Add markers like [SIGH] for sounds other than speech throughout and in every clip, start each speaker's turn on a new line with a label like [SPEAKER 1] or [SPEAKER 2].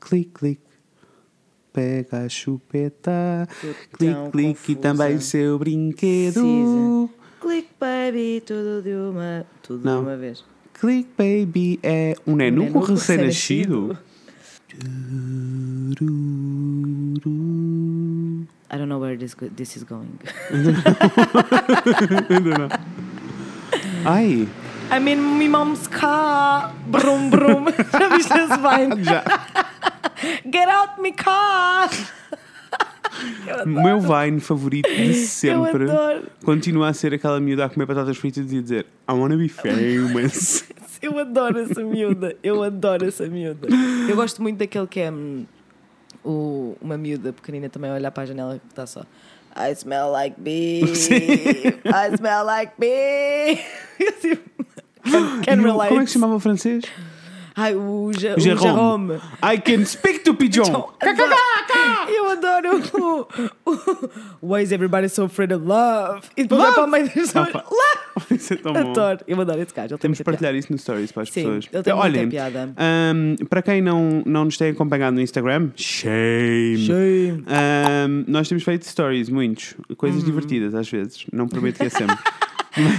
[SPEAKER 1] clic, clic. Pega a chupeta,
[SPEAKER 2] Tô
[SPEAKER 1] clic,
[SPEAKER 2] tão
[SPEAKER 1] clic, e
[SPEAKER 2] confusa.
[SPEAKER 1] também o seu brinquedo.
[SPEAKER 2] Precisa. Click, baby, tudo de uma. Tudo
[SPEAKER 1] Não.
[SPEAKER 2] de uma vez.
[SPEAKER 1] Click Baby é um nenuco,
[SPEAKER 2] nenuco
[SPEAKER 1] recém-nascido.
[SPEAKER 2] I don't know where this, go- this is going.
[SPEAKER 1] Ai,
[SPEAKER 2] I'm in my mom's car. Brum, [LAUGHS] brum. Já viste esse vibe?
[SPEAKER 1] já.
[SPEAKER 2] [LAUGHS] Get out my car.
[SPEAKER 1] O meu Vine favorito de sempre
[SPEAKER 2] Eu adoro.
[SPEAKER 1] continua a ser aquela miúda a comer batatas fritas e a dizer I wanna be famous.
[SPEAKER 2] Eu adoro essa miúda. Eu adoro essa miúda. Eu gosto muito daquele que é hum, o, uma miúda pequenina também a olhar para a janela que está só. I smell like bee. I smell like bee. [LAUGHS] Eu tipo, can, can
[SPEAKER 1] E o-
[SPEAKER 2] relate.
[SPEAKER 1] Como é que se chamava o francês?
[SPEAKER 2] Ai, o, ja, o
[SPEAKER 1] Jerome.
[SPEAKER 2] Jerome.
[SPEAKER 1] I can speak to Pigeon.
[SPEAKER 2] Eu adoro o, o Why is everybody so afraid of love? E depois vai
[SPEAKER 1] Love.
[SPEAKER 2] para o meio das pessoas.
[SPEAKER 1] Opa.
[SPEAKER 2] Love!
[SPEAKER 1] [LAUGHS] Isso é tão bom.
[SPEAKER 2] Adoro, eu adoro esse gajo. ele tem
[SPEAKER 1] Temos de
[SPEAKER 2] muita piada.
[SPEAKER 1] partilhar isso no stories para as
[SPEAKER 2] Sim,
[SPEAKER 1] pessoas.
[SPEAKER 2] ele tem muita
[SPEAKER 1] Olhem,
[SPEAKER 2] piada.
[SPEAKER 1] hum, para quem não, não nos tem acompanhado no Instagram, shame.
[SPEAKER 2] Sim.
[SPEAKER 1] Hum, nós temos feito stories, muitos. Coisas
[SPEAKER 2] Hum.
[SPEAKER 1] divertidas, às vezes. Não prometo que é
[SPEAKER 2] [LAUGHS]
[SPEAKER 1] sempre.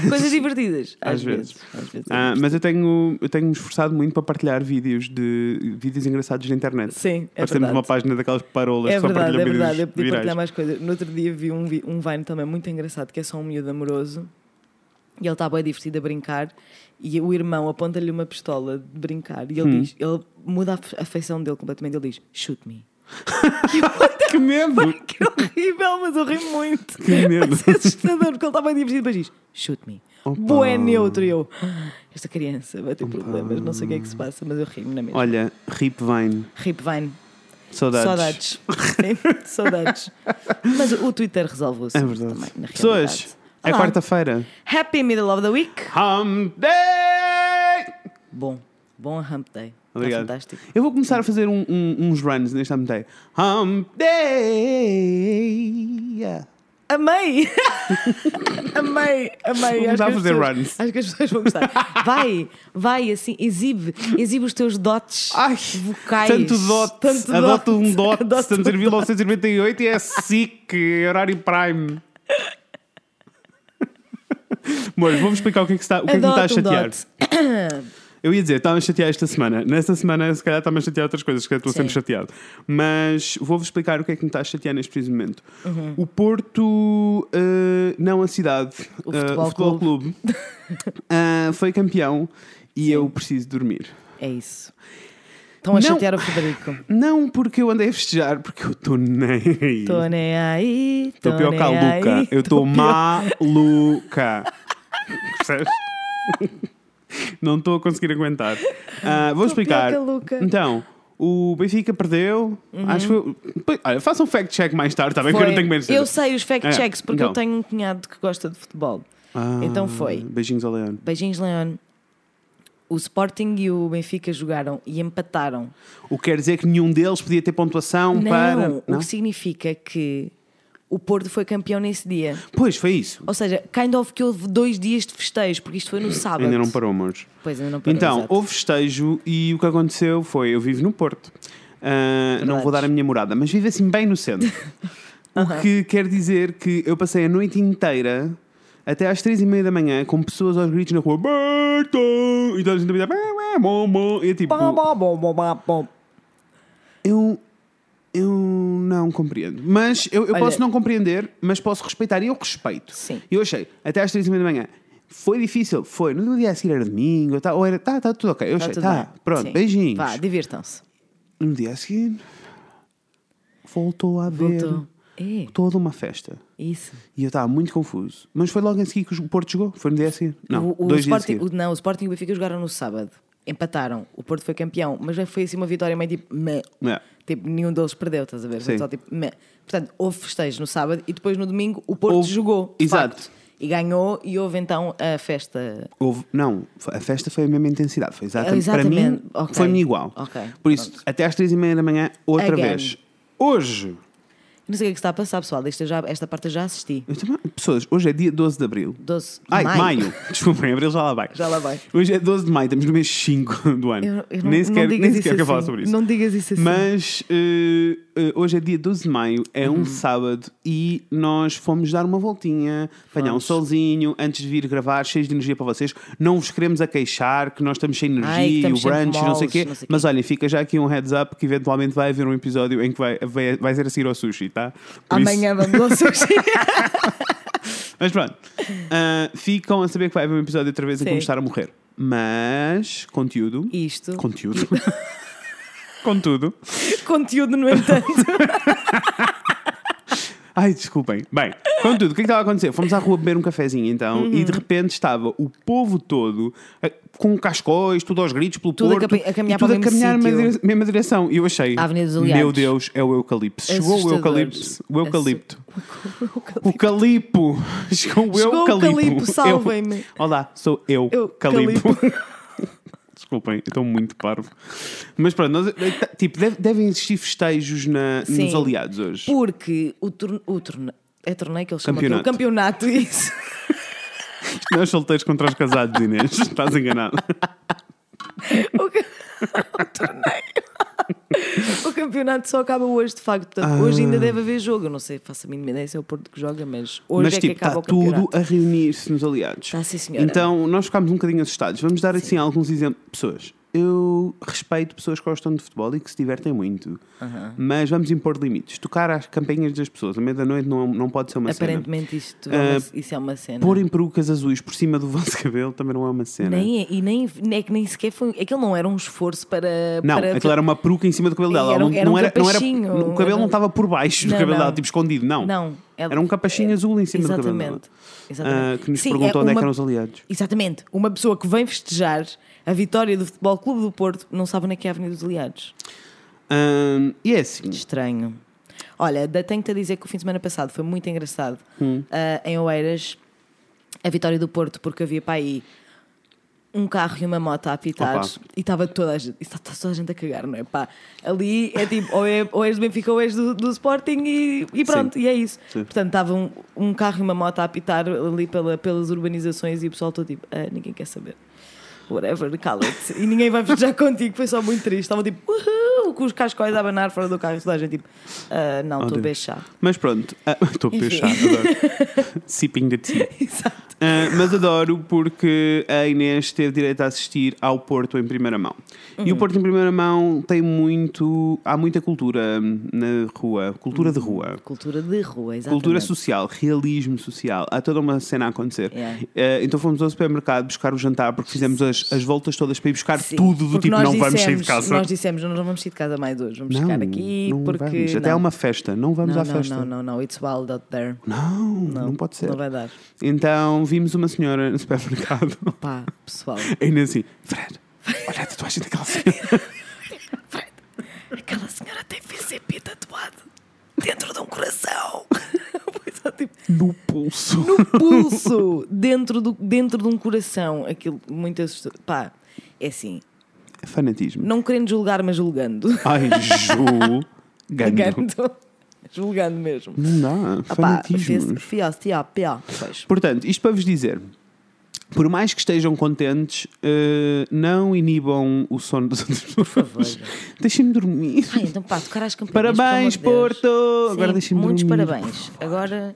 [SPEAKER 2] Coisas divertidas. Às,
[SPEAKER 1] Às vezes.
[SPEAKER 2] vezes. Às vezes.
[SPEAKER 1] Ah, mas eu tenho, eu tenho me esforçado muito para partilhar vídeos de vídeos engraçados na internet.
[SPEAKER 2] Sim, é
[SPEAKER 1] Nós temos
[SPEAKER 2] verdade.
[SPEAKER 1] uma página daquelas parolas
[SPEAKER 2] É
[SPEAKER 1] que só
[SPEAKER 2] verdade,
[SPEAKER 1] partilham
[SPEAKER 2] é
[SPEAKER 1] vídeos
[SPEAKER 2] verdade. Eu podia
[SPEAKER 1] virais.
[SPEAKER 2] partilhar mais coisas. No outro dia vi um, vi- um Vine também muito engraçado, que é só um miúdo amoroso. E ele está bem divertido a brincar. E o irmão aponta-lhe uma pistola de brincar. E ele
[SPEAKER 1] Hum.
[SPEAKER 2] diz: ele muda a f- a feição dele completamente. Ele diz: shoot
[SPEAKER 1] [LAUGHS]
[SPEAKER 2] me.
[SPEAKER 1] Que medo!
[SPEAKER 2] Que horrível, mas eu ri muito.
[SPEAKER 1] Que medo.
[SPEAKER 2] [LAUGHS] Mas é assustador, porque ele está bem divertido, mas diz: shoot me. Boé neutro. E eu, "Ah, esta criança vai ter problemas, não sei o que é que se passa, mas eu ri-me na mesma.
[SPEAKER 1] Olha, Rip Vine,
[SPEAKER 2] Rip Vine,
[SPEAKER 1] saudades.
[SPEAKER 2] saudades. Sim, saudades. [LAUGHS] Mas o Twitter resolve o
[SPEAKER 1] É
[SPEAKER 2] assunto
[SPEAKER 1] verdade.
[SPEAKER 2] também, na realidade.
[SPEAKER 1] Pessoas, é
[SPEAKER 2] Olá.
[SPEAKER 1] quarta-feira.
[SPEAKER 2] Happy middle of the week.
[SPEAKER 1] Hum Day!
[SPEAKER 2] Bom, bom hump day. Está
[SPEAKER 1] Obrigado.
[SPEAKER 2] fantástico.
[SPEAKER 1] Eu vou começar a fazer um- um- uns runs neste Hump Day. Hump Day! Yeah.
[SPEAKER 2] Amei! [LAUGHS] amei, amei.
[SPEAKER 1] Vou
[SPEAKER 2] Acho
[SPEAKER 1] começar
[SPEAKER 2] que
[SPEAKER 1] a
[SPEAKER 2] as
[SPEAKER 1] fazer
[SPEAKER 2] pessoas-
[SPEAKER 1] runs.
[SPEAKER 2] Acho que as pessoas vão gostar. Vai, vai, assim, exibe, exibe os teus dotes
[SPEAKER 1] Ai,
[SPEAKER 2] vocais.
[SPEAKER 1] Tanto dote,
[SPEAKER 2] Tanto
[SPEAKER 1] adoto
[SPEAKER 2] [LAUGHS]
[SPEAKER 1] um dote,
[SPEAKER 2] dote.
[SPEAKER 1] estamos em 1998 e é SIC, horário prime. Amores, vou-vos explicar o que é que, está, o que, é que me está a
[SPEAKER 2] Adota um
[SPEAKER 1] chatear.
[SPEAKER 2] dote.
[SPEAKER 1] Eu ia dizer, estava a chatear esta semana. Nesta semana, se calhar, estava a chatear outras coisas, que eu estou
[SPEAKER 2] Sim.
[SPEAKER 1] sempre chateado. Mas vou-vos explicar o que é que me está a chatear neste preciso momento.
[SPEAKER 2] Uhum.
[SPEAKER 1] O Porto, eh, não a cidade,
[SPEAKER 2] O
[SPEAKER 1] eh,
[SPEAKER 2] Futebol
[SPEAKER 1] Clube, [LAUGHS] ah, foi campeão e eu preciso dormir.
[SPEAKER 2] É isso. Estão a
[SPEAKER 1] Não.
[SPEAKER 2] chatear
[SPEAKER 1] [LAUGHS]
[SPEAKER 2] o Frederico.
[SPEAKER 1] Não porque eu andei a festejar, porque eu estou nem aí.
[SPEAKER 2] Tô nem aí.
[SPEAKER 1] Estou pior que a
[SPEAKER 2] nem aí,
[SPEAKER 1] Luca. Eu
[SPEAKER 2] tô
[SPEAKER 1] estou
[SPEAKER 2] pior-
[SPEAKER 1] maluca. Percebes? [LAUGHS] Não estou a conseguir aguentar. Ah, vou
[SPEAKER 2] Tô pior
[SPEAKER 1] explicar.
[SPEAKER 2] que a Luca.
[SPEAKER 1] Então, o Benfica perdeu. Acho que foi- Pois, Olha, faça um fact-check mais tarde, está bem? Que eu
[SPEAKER 2] Uhum. Foi.
[SPEAKER 1] não tenho bem certeza.
[SPEAKER 2] Eu sei os fact-checks
[SPEAKER 1] É,
[SPEAKER 2] porque
[SPEAKER 1] então.
[SPEAKER 2] eu tenho um cunhado que gosta de futebol.
[SPEAKER 1] Ah,
[SPEAKER 2] Então foi.
[SPEAKER 1] Beijinhos ao Leon.
[SPEAKER 2] Beijinhos, Leon. O Sporting e o Benfica jogaram e empataram.
[SPEAKER 1] O que quer dizer que nenhum deles podia ter pontuação
[SPEAKER 2] Não,
[SPEAKER 1] para.
[SPEAKER 2] o que significa que o Porto foi campeão nesse dia.
[SPEAKER 1] Pois, foi isso.
[SPEAKER 2] Ou seja, kind of que houve dois dias de festejo, porque isto foi no sábado.
[SPEAKER 1] Ainda não parou, amores.
[SPEAKER 2] Pois, ainda não parou.
[SPEAKER 1] Então,
[SPEAKER 2] exato.
[SPEAKER 1] houve festejo e o que aconteceu foi: eu vivo no Porto. Ah, não vou dar a minha morada, mas vivo assim bem no
[SPEAKER 2] [LAUGHS]
[SPEAKER 1] centro. O que quer dizer que eu passei a noite inteira, até às três e meia da manhã, com pessoas aos gritos na rua, Berta! E toda a gente a gritar, "Bé, bé, bom, bom." E é tipo,
[SPEAKER 2] Bom, bom, bom, bom, bom, bom.
[SPEAKER 1] eu. Eu não compreendo. Mas eu, eu
[SPEAKER 2] Olha-
[SPEAKER 1] posso não compreender, mas posso respeitar. E eu respeito.
[SPEAKER 2] Sim.
[SPEAKER 1] Eu achei, até às três e meia da manhã. Foi difícil? Foi. No dia a seguir era domingo, ou tá, ou era. Tá, tá tudo ok. Eu
[SPEAKER 2] Tá
[SPEAKER 1] achei,
[SPEAKER 2] tudo
[SPEAKER 1] tá,
[SPEAKER 2] bem.
[SPEAKER 1] pronto,
[SPEAKER 2] Sim.
[SPEAKER 1] beijinhos.
[SPEAKER 2] Vá, divirtam-se.
[SPEAKER 1] No dia a seguir, voltou a haver
[SPEAKER 2] Voltou. É,
[SPEAKER 1] toda uma festa.
[SPEAKER 2] isso.
[SPEAKER 1] E eu estava muito confuso. Mas foi logo em seguir que o Porto jogou? Foi no dia a seguir? Não,
[SPEAKER 2] o, o
[SPEAKER 1] dois dias a
[SPEAKER 2] Sporting,
[SPEAKER 1] seguir.
[SPEAKER 2] o- não, o Sporting e o Benfica jogaram no sábado. Empataram. O Porto foi campeão. Mas foi assim uma vitória meio tipo. Meh.
[SPEAKER 1] É.
[SPEAKER 2] Tipo, nenhum deles perdeu, estás a ver? Foi
[SPEAKER 1] Sim.
[SPEAKER 2] só tipo. Meh. Portanto, houve festejo no sábado e depois no domingo o Porto
[SPEAKER 1] Houve-
[SPEAKER 2] jogou. de
[SPEAKER 1] Exato.
[SPEAKER 2] facto. e ganhou e houve então a festa.
[SPEAKER 1] Houve- não, foi- a festa foi a mesma intensidade. Foi exatamente, Para
[SPEAKER 2] Exatamente,
[SPEAKER 1] mim,
[SPEAKER 2] ok.
[SPEAKER 1] foi-me igual.
[SPEAKER 2] Ok,
[SPEAKER 1] Por isso, até às três e meia da manhã, outra
[SPEAKER 2] Again.
[SPEAKER 1] vez. Hoje,
[SPEAKER 2] Não sei o que é que está a passar, pessoal. Esta, já, esta parte eu já assisti.
[SPEAKER 1] Eu também- Pessoas, hoje é dia 12 de abril.
[SPEAKER 2] 12 de
[SPEAKER 1] Ai,
[SPEAKER 2] maio.
[SPEAKER 1] maio. [LAUGHS] Desculpem, abril já lá vai.
[SPEAKER 2] Já lá vai.
[SPEAKER 1] Hoje é 12 de maio, estamos no mês 5 do ano.
[SPEAKER 2] Eu, eu não,
[SPEAKER 1] nem sequer,
[SPEAKER 2] não
[SPEAKER 1] nem
[SPEAKER 2] digas isso
[SPEAKER 1] sequer
[SPEAKER 2] assim.
[SPEAKER 1] quero falar sobre isso.
[SPEAKER 2] Não digas isso assim.
[SPEAKER 1] Mas eh, eh, hoje é dia 12 de maio, é
[SPEAKER 2] Uhum.
[SPEAKER 1] um sábado e nós fomos dar uma voltinha, apanhar um
[SPEAKER 2] Fomos.
[SPEAKER 1] solzinho antes de vir gravar, cheios de energia para vocês. Não vos queremos a queixar que nós estamos sem energia,
[SPEAKER 2] Ai, que estamos
[SPEAKER 1] o
[SPEAKER 2] sempre
[SPEAKER 1] brunch, não sei o quê.
[SPEAKER 2] moles, não sei o quê.
[SPEAKER 1] Mas olha, fica já aqui um heads up que eventualmente vai haver um episódio em que vai, vai, vai ser a seguir ao sushi, tá? Por isso-
[SPEAKER 2] Amanhã vamos
[SPEAKER 1] [LAUGHS]
[SPEAKER 2] ao sushi.
[SPEAKER 1] mas
[SPEAKER 2] [LAUGHS]
[SPEAKER 1] pronto, Ah, ficam a saber que vai haver um episódio outra vez em que
[SPEAKER 2] Sim.
[SPEAKER 1] vamos estar a morrer. Mas conteúdo.
[SPEAKER 2] [LAUGHS] Isto.
[SPEAKER 1] Conteúdo. [LAUGHS] Contudo.
[SPEAKER 2] Conteúdo,
[SPEAKER 1] [LAUGHS]
[SPEAKER 2] no entanto.
[SPEAKER 1] Ai, desculpem. Bem, contudo, o que é que estava a acontecer? Fomos à rua beber um cafezinho então
[SPEAKER 2] Uhum.
[SPEAKER 1] e de repente estava o povo todo eh, com cascóis, tudo aos gritos pelo
[SPEAKER 2] Tudo a
[SPEAKER 1] Porto.
[SPEAKER 2] capi- a caminhar
[SPEAKER 1] e tudo
[SPEAKER 2] para o
[SPEAKER 1] a
[SPEAKER 2] mesmo
[SPEAKER 1] caminhar na
[SPEAKER 2] sítio.
[SPEAKER 1] dire- mesma direção. E eu achei,
[SPEAKER 2] A Avenida dos Aliados.
[SPEAKER 1] meu Deus, é o eucalipto. Chegou o
[SPEAKER 2] Assustador.
[SPEAKER 1] eucalipto. O
[SPEAKER 2] [LAUGHS]
[SPEAKER 1] eucalipto.
[SPEAKER 2] Assu-
[SPEAKER 1] O calipo. Chegou É o
[SPEAKER 2] Chegou o
[SPEAKER 1] eucalipto.
[SPEAKER 2] calipo,
[SPEAKER 1] Eu-
[SPEAKER 2] salvem-me.
[SPEAKER 1] Olá, sou eu,
[SPEAKER 2] Eu,
[SPEAKER 1] calipo. [LAUGHS] Desculpem, eu estou muito parvo. Mas pronto, nós- tipo, deve- devem existir festejos na- nos
[SPEAKER 2] Sim.
[SPEAKER 1] aliados hoje.
[SPEAKER 2] Porque o torneio. O torne... É torneio que eles chamam aqui, o
[SPEAKER 1] Campeonato.
[SPEAKER 2] campeonato, [LAUGHS] isso.
[SPEAKER 1] Não é os solteiros contra os casados, [LAUGHS] Inês. Estás enganado.
[SPEAKER 2] O, ca- [LAUGHS] o torneio. o campeonato só acaba hoje, de facto.
[SPEAKER 1] Ah.
[SPEAKER 2] Portanto, hoje ainda deve haver jogo. Eu não sei, faço a mínima ideia se é o Porto que joga, mas hoje
[SPEAKER 1] Mas
[SPEAKER 2] é
[SPEAKER 1] tipo,
[SPEAKER 2] que acaba
[SPEAKER 1] está
[SPEAKER 2] o campeonato.
[SPEAKER 1] tudo a reunir-se nos aliados.
[SPEAKER 2] Tá, sim, senhora.
[SPEAKER 1] Então, nós ficámos um bocadinho assustados. Vamos dar assim alguns exemplos. Pessoas, eu respeito pessoas que gostam de futebol e que se divertem muito. Mas vamos impor limites. Tocar às campanhas das pessoas à meia-noite não, é um, não pode ser uma cena. Ah,
[SPEAKER 2] Aparentemente isto é uma- isso é uma cena.
[SPEAKER 1] Porem perucas azuis por cima do [LAUGHS] vosso cabelo também não é uma cena.
[SPEAKER 2] Nem é, e nem, é que nem sequer foi. Aquilo não era um esforço para.
[SPEAKER 1] Não,
[SPEAKER 2] para
[SPEAKER 1] aquilo era uma peruca em cima do cabelo
[SPEAKER 2] E
[SPEAKER 1] dela.
[SPEAKER 2] era
[SPEAKER 1] Ela
[SPEAKER 2] um-
[SPEAKER 1] não-
[SPEAKER 2] era um
[SPEAKER 1] não era, não era-
[SPEAKER 2] capachinho,
[SPEAKER 1] o cabelo
[SPEAKER 2] era- um-
[SPEAKER 1] não estava por baixo do
[SPEAKER 2] Não,
[SPEAKER 1] cabelo
[SPEAKER 2] não.
[SPEAKER 1] dela, tipo escondido, não.
[SPEAKER 2] Não, ela-
[SPEAKER 1] Era um capachinho azul em cima do cabelo dela.
[SPEAKER 2] Exatamente. Exatamente.
[SPEAKER 1] Ah, que nos
[SPEAKER 2] Sim, é
[SPEAKER 1] perguntou onde é que
[SPEAKER 2] uma-
[SPEAKER 1] eram os aliados.
[SPEAKER 2] Exatamente. Uma pessoa que vem festejar a vitória do Futebol Clube do Porto não sabe onde é que é a Avenida dos Aliados.
[SPEAKER 1] Ahm, e é assim.
[SPEAKER 2] Estranho. Olha, da- tenho-te a dizer que o fim de semana passado foi muito engraçado.
[SPEAKER 1] Hum.
[SPEAKER 2] Ah, em Oeiras, a vitória do Porto, porque havia para aí um carro e uma moto a apitar
[SPEAKER 1] Opa.
[SPEAKER 2] e estava toda a gente, e está, está toda a gente a cagar, não é? Pá, ali é tipo, ou, é, ou és do Benfica ou és do, do Sporting e, e pronto,
[SPEAKER 1] Sim.
[SPEAKER 2] e é isso.
[SPEAKER 1] Sim.
[SPEAKER 2] Portanto, estava um, um carro e uma moto a apitar ali pela- pelas urbanizações e o pessoal todo tipo, "Ah, ninguém quer saber. Whatever, cala-te. E ninguém vai festejar [LAUGHS] contigo, foi só muito triste. Estavam tipo, uhul, com os cascóis a abanar fora do carro, toda a gente tipo, "Ah, não, estou a
[SPEAKER 1] Deus.
[SPEAKER 2] beixar.
[SPEAKER 1] Mas pronto, ah, [LAUGHS] estou a
[SPEAKER 2] Enfim.
[SPEAKER 1] fechar agora. [LAUGHS] Sipping the tea.
[SPEAKER 2] [LAUGHS] Exato.
[SPEAKER 1] Ah, mas adoro porque a Inês teve direito a assistir ao Porto em primeira mão. E o Porto em primeira mão tem muito. Há muita cultura hum, na rua, cultura de rua.
[SPEAKER 2] Cultura de rua, exatamente.
[SPEAKER 1] Cultura social, realismo social, há toda uma cena a acontecer.
[SPEAKER 2] Yeah.
[SPEAKER 1] Eh, então fomos ao supermercado buscar o jantar porque fizemos as, as voltas todas para ir buscar
[SPEAKER 2] Sim,
[SPEAKER 1] tudo do
[SPEAKER 2] porque
[SPEAKER 1] tipo
[SPEAKER 2] nós
[SPEAKER 1] não vamos sair de
[SPEAKER 2] dissemos-
[SPEAKER 1] casa.
[SPEAKER 2] Nós dissemos, não, não vamos sair de casa mais hoje, vamos ficar aqui
[SPEAKER 1] não
[SPEAKER 2] porque.
[SPEAKER 1] vamos. Até
[SPEAKER 2] não.
[SPEAKER 1] há uma festa, não vamos
[SPEAKER 2] não,
[SPEAKER 1] à
[SPEAKER 2] não,
[SPEAKER 1] festa.
[SPEAKER 2] Não, não, não, it's wild out there.
[SPEAKER 1] Não, não, pode ser.
[SPEAKER 2] Não vai dar.
[SPEAKER 1] Então vimos uma senhora no
[SPEAKER 2] [LAUGHS]
[SPEAKER 1] supermercado
[SPEAKER 2] Pá, pessoal.
[SPEAKER 1] ainda assim, Fred, olha a tatuagem daquela senhora.
[SPEAKER 2] Fred, [LAUGHS] aquela senhora tem VCP tatuado dentro de um coração. [LAUGHS] Pois é, tipo,
[SPEAKER 1] no pulso.
[SPEAKER 2] no pulso, dentro, do, dentro de um coração. Aquilo muito assustador. Pá, é assim,
[SPEAKER 1] Fanatismo.
[SPEAKER 2] não querendo julgar, mas julgando.
[SPEAKER 1] [LAUGHS] Ai,
[SPEAKER 2] [LAUGHS]
[SPEAKER 1] julgando.
[SPEAKER 2] Julgando. julgando mesmo.
[SPEAKER 1] Não dá,
[SPEAKER 2] Ah pá,
[SPEAKER 1] fanatismo.
[SPEAKER 2] vê-se- fiel, fiel, fiel. Pois.
[SPEAKER 1] Portanto, isto para vos dizer. Por mais que estejam contentes, eh, não inibam o sono dos outros. [LAUGHS] Por
[SPEAKER 2] favor.
[SPEAKER 1] Deixem-me dormir.
[SPEAKER 2] [LAUGHS] Ai, então pá, tocar às campanhas.
[SPEAKER 1] parabéns,
[SPEAKER 2] pelo amor de Deus.
[SPEAKER 1] Porto! Agora
[SPEAKER 2] Sim,
[SPEAKER 1] deixem-me dormir.
[SPEAKER 2] Muitos parabéns. Agora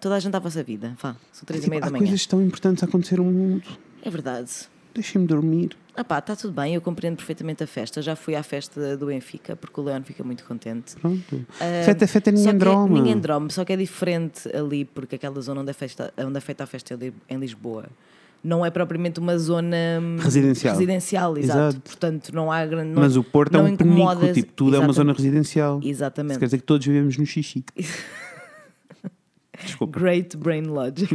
[SPEAKER 2] toda a gente à vossa vida. Vá, são três e Tipo, meia
[SPEAKER 1] Há
[SPEAKER 2] da manhã.
[SPEAKER 1] coisas tão importantes a acontecer no mundo.
[SPEAKER 2] É verdade.
[SPEAKER 1] Deixem-me dormir.
[SPEAKER 2] Ah pá, está tudo bem, eu compreendo perfeitamente a festa. Já fui à festa do Benfica, porque o Leon fica muito contente.
[SPEAKER 1] Pronto.
[SPEAKER 2] Ah,
[SPEAKER 1] feta, feta,
[SPEAKER 2] só
[SPEAKER 1] ninguém
[SPEAKER 2] que é-
[SPEAKER 1] drama.
[SPEAKER 2] ninguém drome, só que é diferente ali, porque aquela zona onde é, festa, onde é feita a festa ali em Lisboa não é propriamente uma zona hum,
[SPEAKER 1] Residencial.
[SPEAKER 2] residencial, exato.
[SPEAKER 1] Exato.
[SPEAKER 2] Portanto, não há grande. não-
[SPEAKER 1] Mas o Porto é
[SPEAKER 2] não
[SPEAKER 1] um penico.
[SPEAKER 2] incomoda-
[SPEAKER 1] Tipo, tudo é uma
[SPEAKER 2] Exatamente.
[SPEAKER 1] zona residencial. Isso quer
[SPEAKER 2] Exatamente.
[SPEAKER 1] dizer que todos vivemos no
[SPEAKER 2] [LAUGHS]
[SPEAKER 1] xixi. Desculpa.
[SPEAKER 2] Great brain
[SPEAKER 1] [LAUGHS]
[SPEAKER 2] logic.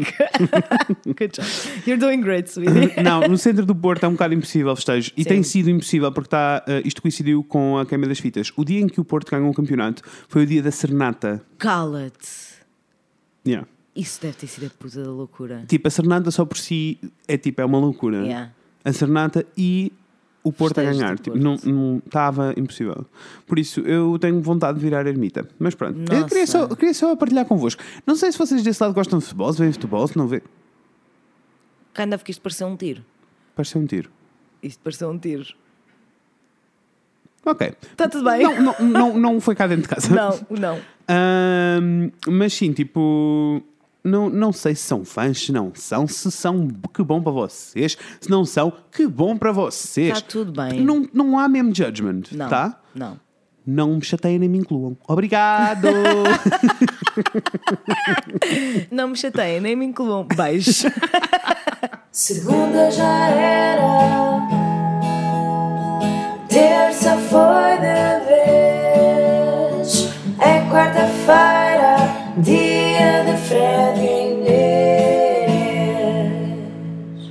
[SPEAKER 2] Good job. You're doing great, sweetie.
[SPEAKER 1] Não, no centro do Porto é um bocado impossível festejo. E
[SPEAKER 2] Sim.
[SPEAKER 1] tem sido impossível porque está, eh, isto coincidiu com a queima das fitas. O dia em que o Porto ganhou o campeonato foi o dia da serenata.
[SPEAKER 2] Cala-te.
[SPEAKER 1] Yeah.
[SPEAKER 2] Isso deve ter sido a puta da loucura.
[SPEAKER 1] Tipo, a serenata só por si é tipo, é uma loucura.
[SPEAKER 2] Yeah.
[SPEAKER 1] A serenata e o Porto a
[SPEAKER 2] Festejos
[SPEAKER 1] ganhar.
[SPEAKER 2] do
[SPEAKER 1] Tipo,
[SPEAKER 2] Porto.
[SPEAKER 1] não não- estava impossível. Por isso, eu tenho vontade de virar ermita. Mas pronto, eu queria
[SPEAKER 2] Nossa.
[SPEAKER 1] só, eu queria só partilhar convosco. Não sei se vocês desse lado gostam de futebol, se veem futebol, se não vê.
[SPEAKER 2] Kind of que isto pareceu um tiro.
[SPEAKER 1] Pareceu um tiro.
[SPEAKER 2] Isto pareceu um
[SPEAKER 1] [LAUGHS]
[SPEAKER 2] tiro.
[SPEAKER 1] Ok.
[SPEAKER 2] Está Tá tudo bem?
[SPEAKER 1] Não, não, não, não foi cá dentro de casa.
[SPEAKER 2] Não, não.
[SPEAKER 1] Ahm, mas sim, tipo. Não, não sei se são fãs, se não são, se são, que bom para vocês, se não são, que bom para vocês.
[SPEAKER 2] Está Tá tudo bem.
[SPEAKER 1] Não, não há mesmo judgment,
[SPEAKER 2] não.
[SPEAKER 1] tá?
[SPEAKER 2] Não.
[SPEAKER 1] Não me chateiem nem me incluam. Obrigado!
[SPEAKER 2] Não me chateiem, nem me incluam. Beijo.
[SPEAKER 1] [LAUGHS]
[SPEAKER 3] Segunda já era, terça foi de vez, é quarta-feira, dia de Fred e Inês.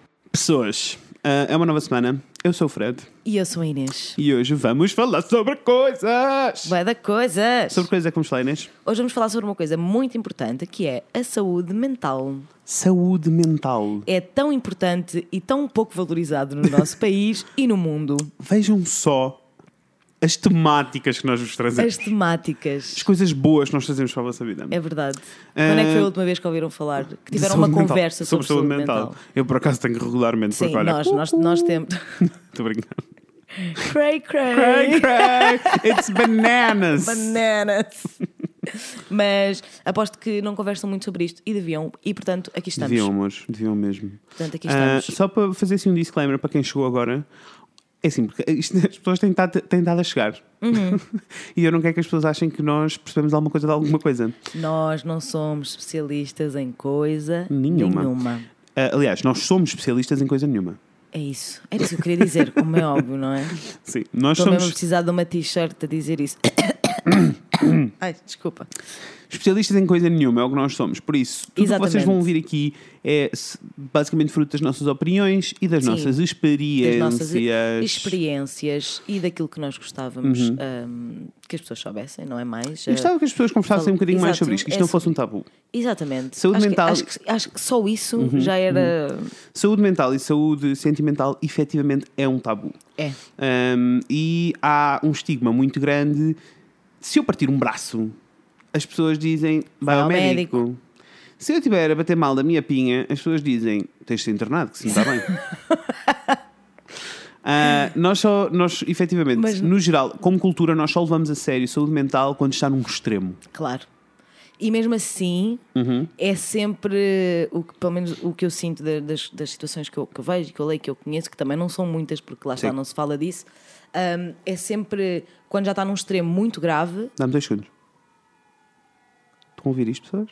[SPEAKER 1] [LAUGHS] Pessoas, ah, é uma nova semana. Eu sou o Fred
[SPEAKER 2] E eu sou a Inês.
[SPEAKER 1] e hoje vamos falar sobre coisas!
[SPEAKER 2] Vai da coisas.
[SPEAKER 1] Sobre coisas é que vamos falar, Inês?
[SPEAKER 2] Hoje vamos falar sobre uma coisa muito importante que é a saúde mental.
[SPEAKER 1] Saúde mental.
[SPEAKER 2] É tão importante e tão pouco valorizado
[SPEAKER 1] [LAUGHS]
[SPEAKER 2] no nosso país e no mundo.
[SPEAKER 1] Vejam só as temáticas que nós vos trazemos.
[SPEAKER 2] As temáticas.
[SPEAKER 1] As coisas boas que nós fazemos para a vossa vida.
[SPEAKER 2] É verdade.
[SPEAKER 1] Eh,
[SPEAKER 2] Quando é que foi a última vez que ouviram falar? Que
[SPEAKER 1] De
[SPEAKER 2] tiveram
[SPEAKER 1] saúde
[SPEAKER 2] uma
[SPEAKER 1] mental.
[SPEAKER 2] conversa sobre, saúde mental.
[SPEAKER 1] Eu por acaso tenho regularmente
[SPEAKER 2] Sim,
[SPEAKER 1] porque olha.
[SPEAKER 2] nós, nós, nós temos.
[SPEAKER 1] [LAUGHS] Estou brincando.
[SPEAKER 2] cray, cray.
[SPEAKER 1] Cray, cray, It's bananas!
[SPEAKER 2] Bananas. [LAUGHS] Mas aposto que não conversam muito sobre isto e deviam, e portanto aqui estamos.
[SPEAKER 1] Deviam, amores, deviam mesmo.
[SPEAKER 2] Portanto, aqui
[SPEAKER 1] Ah,
[SPEAKER 2] estamos.
[SPEAKER 1] só para fazer assim um disclaimer para quem chegou agora. É assim, porque isto- [LAUGHS] as pessoas têm estado, têm estado a chegar.
[SPEAKER 2] Uhum.
[SPEAKER 1] [LAUGHS] e eu não quero que as pessoas achem que nós percebemos alguma coisa de alguma coisa.
[SPEAKER 2] Nós não somos especialistas em coisa
[SPEAKER 1] Nenhuma.
[SPEAKER 2] nenhuma.
[SPEAKER 1] Ah, aliás, nós somos especialistas em coisa nenhuma.
[SPEAKER 2] É isso. Era isso que eu queria dizer, como é óbvio, não é? Estou
[SPEAKER 1] Sim, nós
[SPEAKER 2] mesmo a
[SPEAKER 1] somos
[SPEAKER 2] precisar de uma t-shirt a
[SPEAKER 1] [COUGHS]
[SPEAKER 2] dizer isso. Ai, desculpa.
[SPEAKER 1] especialistas em coisa nenhuma, é o que nós somos. Por isso, tudo o que vocês
[SPEAKER 2] Exatamente.
[SPEAKER 1] vão ouvir aqui é s- basicamente fruto das nossas opiniões e das
[SPEAKER 2] Sim.
[SPEAKER 1] nossas
[SPEAKER 2] Das
[SPEAKER 1] experiências.
[SPEAKER 2] nossas e- experiências e daquilo que nós gostávamos hum, que as pessoas soubessem, não é mais?
[SPEAKER 1] Eu Uhum. gostava que as pessoas conversassem um bocadinho mais
[SPEAKER 2] Exato,
[SPEAKER 1] sobre isto, que isto
[SPEAKER 2] é
[SPEAKER 1] não
[SPEAKER 2] sobre-
[SPEAKER 1] fosse um tabu.
[SPEAKER 2] Exatamente.
[SPEAKER 1] Saúde
[SPEAKER 2] acho
[SPEAKER 1] mental. Uhum.
[SPEAKER 2] Que, acho, que, acho que só isso já era.
[SPEAKER 1] Saúde mental e saúde sentimental, efetivamente, é um tabu.
[SPEAKER 2] É.
[SPEAKER 1] Um, e há um estigma muito grande. Se eu partir um braço, as pessoas dizem vai
[SPEAKER 2] Vai
[SPEAKER 1] ao
[SPEAKER 2] ao
[SPEAKER 1] médico. Se eu tiver a bater mal da minha pinha, as pessoas dizem tens de ser internado, que se não está bem. Ah, nós só, nós efetivamente,
[SPEAKER 2] Mas-
[SPEAKER 1] no geral, como cultura, nós só levamos a sério saúde mental quando está num extremo.
[SPEAKER 2] Claro. E mesmo assim,
[SPEAKER 1] Uhum.
[SPEAKER 2] é sempre o que, pelo menos o que eu sinto da- das, das situações que eu, que eu vejo, que eu leio, que eu conheço, que também não são muitas, porque lá está,
[SPEAKER 1] Sim.
[SPEAKER 2] não se fala disso. hum, é sempre quando já está num extremo muito grave.
[SPEAKER 1] Dá-me dois segundos. Estão a ouvir isto, pessoas?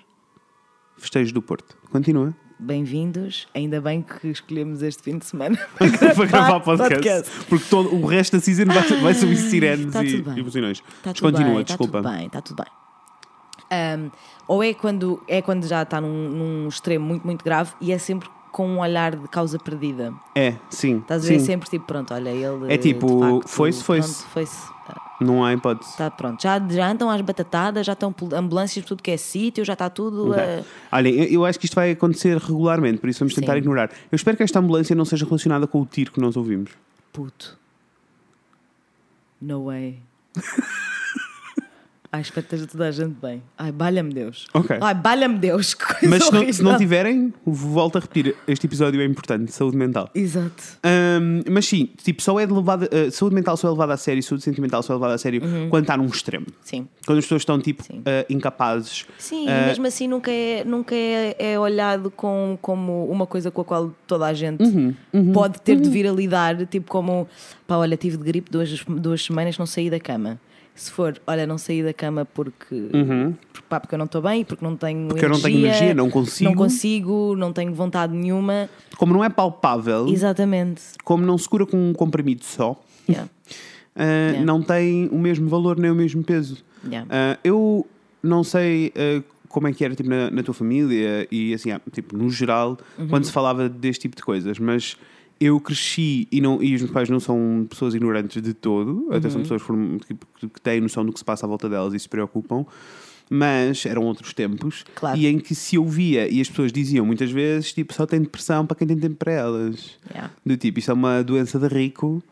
[SPEAKER 1] Festejos do Porto. Continua.
[SPEAKER 2] Bem-vindos, ainda bem que escolhemos este fim de
[SPEAKER 1] [LAUGHS]
[SPEAKER 2] semana [LAUGHS]
[SPEAKER 1] para gravar podcast. Porque todo, o resto da season vai, vai subir sirenes
[SPEAKER 2] Tá
[SPEAKER 1] e,
[SPEAKER 2] tudo bem.
[SPEAKER 1] e buzinões.
[SPEAKER 2] Tá
[SPEAKER 1] Mas
[SPEAKER 2] tudo
[SPEAKER 1] continua,
[SPEAKER 2] bem,
[SPEAKER 1] desculpa.
[SPEAKER 2] Está tudo bem, está tudo bem. Ahm, ou é quando, é quando já está num, num extremo muito, muito grave e é sempre com um olhar de causa perdida.
[SPEAKER 1] É, sim.
[SPEAKER 2] Estás a
[SPEAKER 1] sim.
[SPEAKER 2] ver? É sempre tipo, pronto, olha, ele.
[SPEAKER 1] É tipo,
[SPEAKER 2] de facto,
[SPEAKER 1] foi-se, foi-se.
[SPEAKER 2] pronto, Foi-se. Ah,
[SPEAKER 1] Não há hipótese.
[SPEAKER 2] Está pronto. Já, já andam às batatadas, já estão pol- ambulâncias, por tudo que é sítio, já está tudo.
[SPEAKER 1] Ok.
[SPEAKER 2] ah,
[SPEAKER 1] Olhem, eu- eu acho que isto vai acontecer regularmente, por isso vamos tentar
[SPEAKER 2] Sim.
[SPEAKER 1] ignorar. Eu espero que esta ambulância não seja relacionada com o tiro que nós ouvimos.
[SPEAKER 2] puto. No way.
[SPEAKER 1] [LAUGHS]
[SPEAKER 2] Ai, espero que esteja toda a gente bem. Ai, balha-me Deus.
[SPEAKER 1] Ok.
[SPEAKER 2] Ai, balha-me Deus. [LAUGHS] Que coisa
[SPEAKER 1] Mas se não, se não
[SPEAKER 2] horrível.
[SPEAKER 1] tiverem, volto a repetir: este episódio é importante, saúde mental.
[SPEAKER 2] Exato.
[SPEAKER 1] Hum, mas sim, tipo, só é de levada, eh, saúde mental só é levada a sério, saúde sentimental só é levada a sério quando está num extremo.
[SPEAKER 2] Sim.
[SPEAKER 1] Quando as pessoas estão, tipo,
[SPEAKER 2] Uhum. Sim.
[SPEAKER 1] eh, incapazes.
[SPEAKER 2] Sim,
[SPEAKER 1] Eh,
[SPEAKER 2] e mesmo assim nunca é, nunca é, é olhado com, como uma coisa com a qual toda a gente
[SPEAKER 1] Uhum,
[SPEAKER 2] pode ter de vir a lidar, tipo como pá, olha, tive de gripe duas, duas semanas, não saí da cama. Se for, olha, não saí da cama porque, porque, pá, porque eu não estou bem, porque não tenho
[SPEAKER 1] Uhum. Porque eu não tenho energia, não consigo.
[SPEAKER 2] Não consigo, não tenho vontade nenhuma.
[SPEAKER 1] Como não é palpável,
[SPEAKER 2] Exatamente.
[SPEAKER 1] como não se cura com um comprimido só,
[SPEAKER 2] Yeah.
[SPEAKER 1] ah, não tem o mesmo valor nem o mesmo peso.
[SPEAKER 2] Yeah.
[SPEAKER 1] Ah, eu não sei ah, como é que era tipo, na, na tua família e assim, ah, tipo, no geral,
[SPEAKER 2] Uhum.
[SPEAKER 1] quando se falava deste tipo de coisas, mas eu cresci e, não, e os meus pais não são pessoas
[SPEAKER 2] Uhum.
[SPEAKER 1] ignorantes de todo, até são pessoas form- tipo, que, que têm noção do que se passa à volta delas e se preocupam. mas eram outros tempos
[SPEAKER 2] Claro.
[SPEAKER 1] e em que se ouvia e as pessoas diziam muitas vezes tipo só tem depressão para quem tem tempo para elas.
[SPEAKER 2] Yeah.
[SPEAKER 1] Do tipo, isto é uma doença de rico